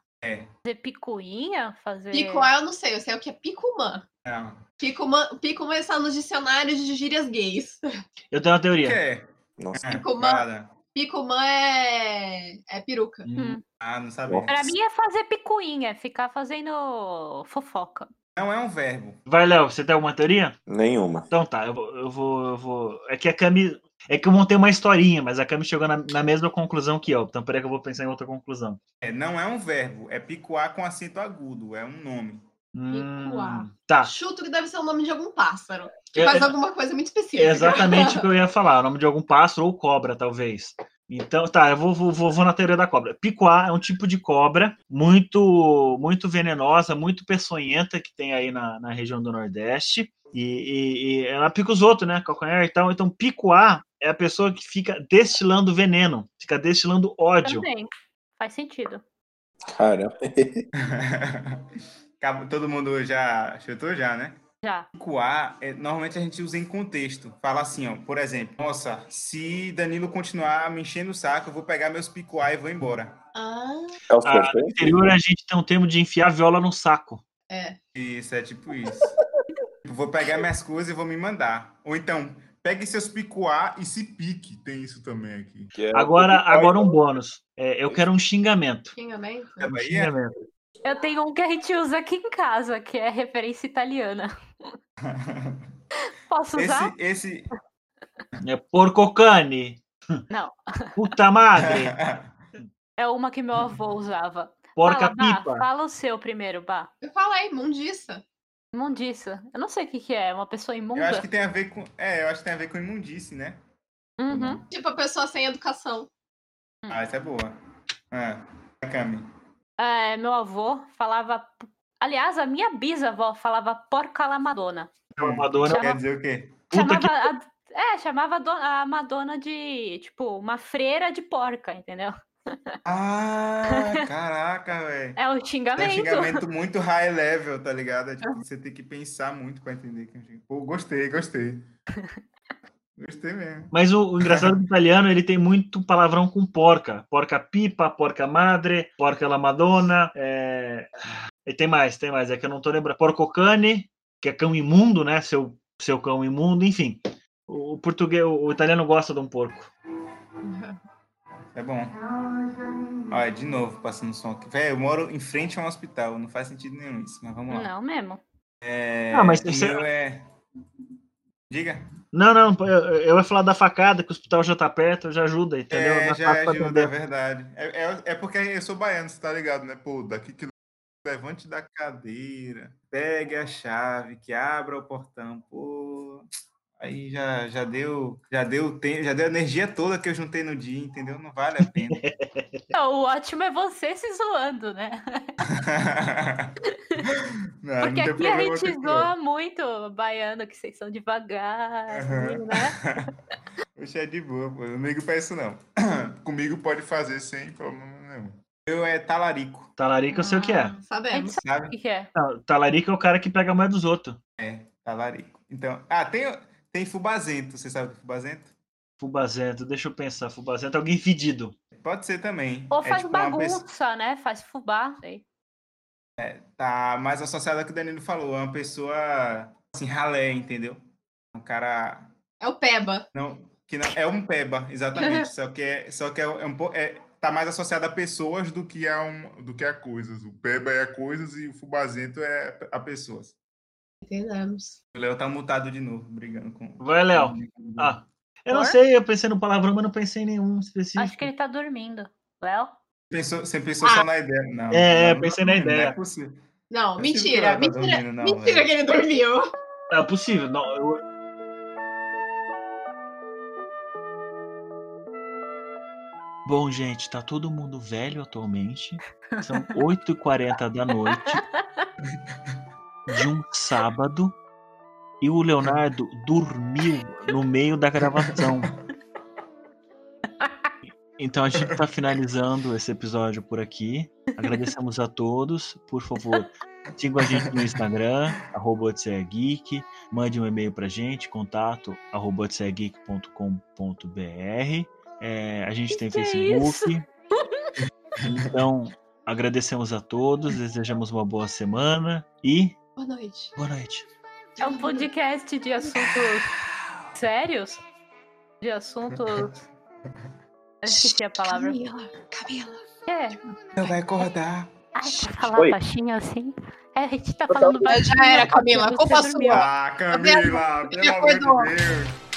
Fazer picuinha, fazer...
Picoar eu não sei, eu sei o que é picumã.
Não.
Picumã, picumã está é nos dicionários de gírias gays.
Eu tenho uma
O que
teoria.
é?
Nossa.
Ah,
Picumã.
nada.
Picumã é, é peruca.
Hum.
Ah, não sabia.
Pra mim é fazer picuinha, é ficar fazendo fofoca.
Não é um verbo.
Vai, Léo, você tem alguma teoria?
Nenhuma.
Então tá, eu vou, eu vou, eu vou- É que a Cami. É que eu montei uma historinha, mas a Cami chegou na, na mesma conclusão que eu. Então peraí que eu vou pensar em outra conclusão.
É, não é um verbo, é picuar com acento agudo, é um nome.
Hum,
Picuar.
tá.
Chuto que deve ser o nome de algum pássaro. Que
É-
faz
é-
alguma coisa muito
É
específica.
exatamente o que eu ia falar. O nome de algum pássaro ou cobra, talvez. Então, tá, eu vou, vou, vou- vou na teoria da cobra. Picuá é um tipo de cobra muito muito venenosa, muito peçonhenta que tem aí na, na região do Nordeste. E, e- e ela pica os outros, né? Calcanhar e tal. Então, picuá é a pessoa que fica destilando veneno, fica destilando ódio.
Também. Faz sentido.
Cara,
Acabou- Todo mundo já chutou já, né?
Já.
Picuar, é, normalmente a gente usa em contexto. Fala assim, ó, por exemplo, nossa, se Danilo continuar me enchendo o saco, eu vou pegar meus picuar e vou embora.
Ah,
é o
Ah,
forfã?
no interior a gente tem um termo de enfiar a viola no saco.
é.
Isso, é tipo isso. Tipo, vou pegar minhas coisas e vou me mandar. Ou então, pegue seus picuar e se pique.
Que tem isso também aqui.
Que é o
Agora,
Spotify.
agora um bônus. É, eu quero um xingamento.
Xingamento.
Da
Um
Bahia?
xingamento.
Eu tenho um que a gente usa aqui em casa, que é referência italiana. Posso usar?
Esse, esse,
É porco cane.
Não.
Puta madre.
É uma que meu avô usava.
Porca
fala, Bá,
pipa.
fala o seu primeiro, Bá.
Eu falei, mundiça.
Imundiça. Eu não sei o que, que é, uma pessoa imunda.
eu acho que tem a ver com, é, eu acho que tem a ver com imundice, né?
Uhum.
Tipo, a pessoa sem educação.
Ah, essa é boa. Ah, Cami.
É, meu avô falava. Aliás, a minha bisavó falava porca la Madonna.
Madonna.
Quer dizer o quê?
Puta
chamava
que...
a- É, chamava a do- a Madonna de, tipo, uma freira de porca, entendeu?
Ah, caraca, velho.
É um
É um
xingamento.
xingamento muito high level, tá ligado? É tipo, você tem que pensar muito pra entender. que é um xing- Pô, gostei, gostei. Gostei mesmo.
Mas o, o engraçado do italiano, ele tem muito palavrão com porca. Porca pipa, porca madre, porca la madonna. é, E tem mais, tem mais. É que eu não tô lembrando. Porco cane, que é cão imundo, né? Seu, seu cão imundo, enfim. O, o português, o, o italiano gosta de um porco.
É bom. Olha, de novo, passando som aqui. Véi, eu moro em frente a um hospital, não faz sentido nenhum isso, mas vamos lá.
Não, mesmo.
É,
Ah, mas
o
você-
meu é... Diga.
Não, não, eu, eu ia falar da facada, que o hospital já tá perto, já ajuda, entendeu?
É,
Dá
já
fácil pra
ajuda, é
atender.
verdade. É, é, é porque eu sou baiano, você tá ligado, né? Pô, daqui que levante da cadeira, pegue a chave, que abra o portão, pô. Aí já, já deu, já deu tempo, já deu a energia toda que eu juntei no dia, entendeu? Não vale a pena.
Não, o ótimo é você se zoando, né?
Ah, Não,
Porque aqui
tem
a
problema com
gente
isso, não.
zoa muito, baiano, que vocês são devagar,
Aham.
né?
Oxe, é de boa, pô. Eu não ligo pra isso, não.
Comigo pode fazer sem problema nenhum.
Eu é talarico,
Talarico eu sei o que é.
Ah,
A gente
Sabemos.
sabe
sabe?
o que, que é.
Não, Talarico é o cara que pega a mulher dos outros.
Talarico. Então, ah, tem, tem fubazento, você sabe o que é fubazento?
Fubazento, deixa eu pensar. Fubazento é alguém fedido.
Pode ser também.
Ou
É
faz
tipo uma
bagunça,
pessoa-
né? Faz fubá. Sei.
Tá mais associado ao que o Danilo falou. É uma pessoa assim, ralé, entendeu? Um cara.
É o Peba.
Não, que não, é um peba, exatamente. só que, é, só que é, um- é um po- é- tá mais associado a pessoas do que a, um,
Do que a coisas. O peba é a coisas e o fubazento é
a pessoas.
Entendemos.
O Léo tá mutado de novo, brigando com.
Vai,
Uhum.
Léo. Ah, eu não
Por?
sei, eu pensei no palavrão, mas não pensei em nenhum específico.
Acho que ele tá dormindo. Léo?
Pensou, você pensou só na ideia. Não,
Ah. É, é,
não,
pensei na
não, Não
ideia.
é possível.
Não,
Eu
mentira.
um
sei que o Léo tá
Mentira,
dormindo, não,
mentira
velho.
que ele dormiu.
É possível. Não, eu- Bom, gente, tá todo mundo velho atualmente. São 8h40 da noite. De um sábado. E o Leonardo dormiu no meio da gravação. Então a gente tá finalizando esse episódio por aqui. Agradecemos a todos. Por favor, sigam a gente no Instagram, arroba Odisseia Geek. Mande um e-mail pra gente, contato arroba odisseiageek.com.br. É, a gente tem
Que é
Facebook. então, agradecemos a todos, desejamos uma boa semana e
Boa noite.
boa noite.
É um podcast de assuntos sérios? De assuntos. Eu esqueci a palavra.
Camila, Camila.
O que É.
Léo vai acordar.
Ai, pra falar
Oi.
baixinho assim. É, a gente tá falando
Já era, Camila,
Você
culpa é
dormiu.
sua.
Ah, Camila, pelo amor de
acordou.
Deus.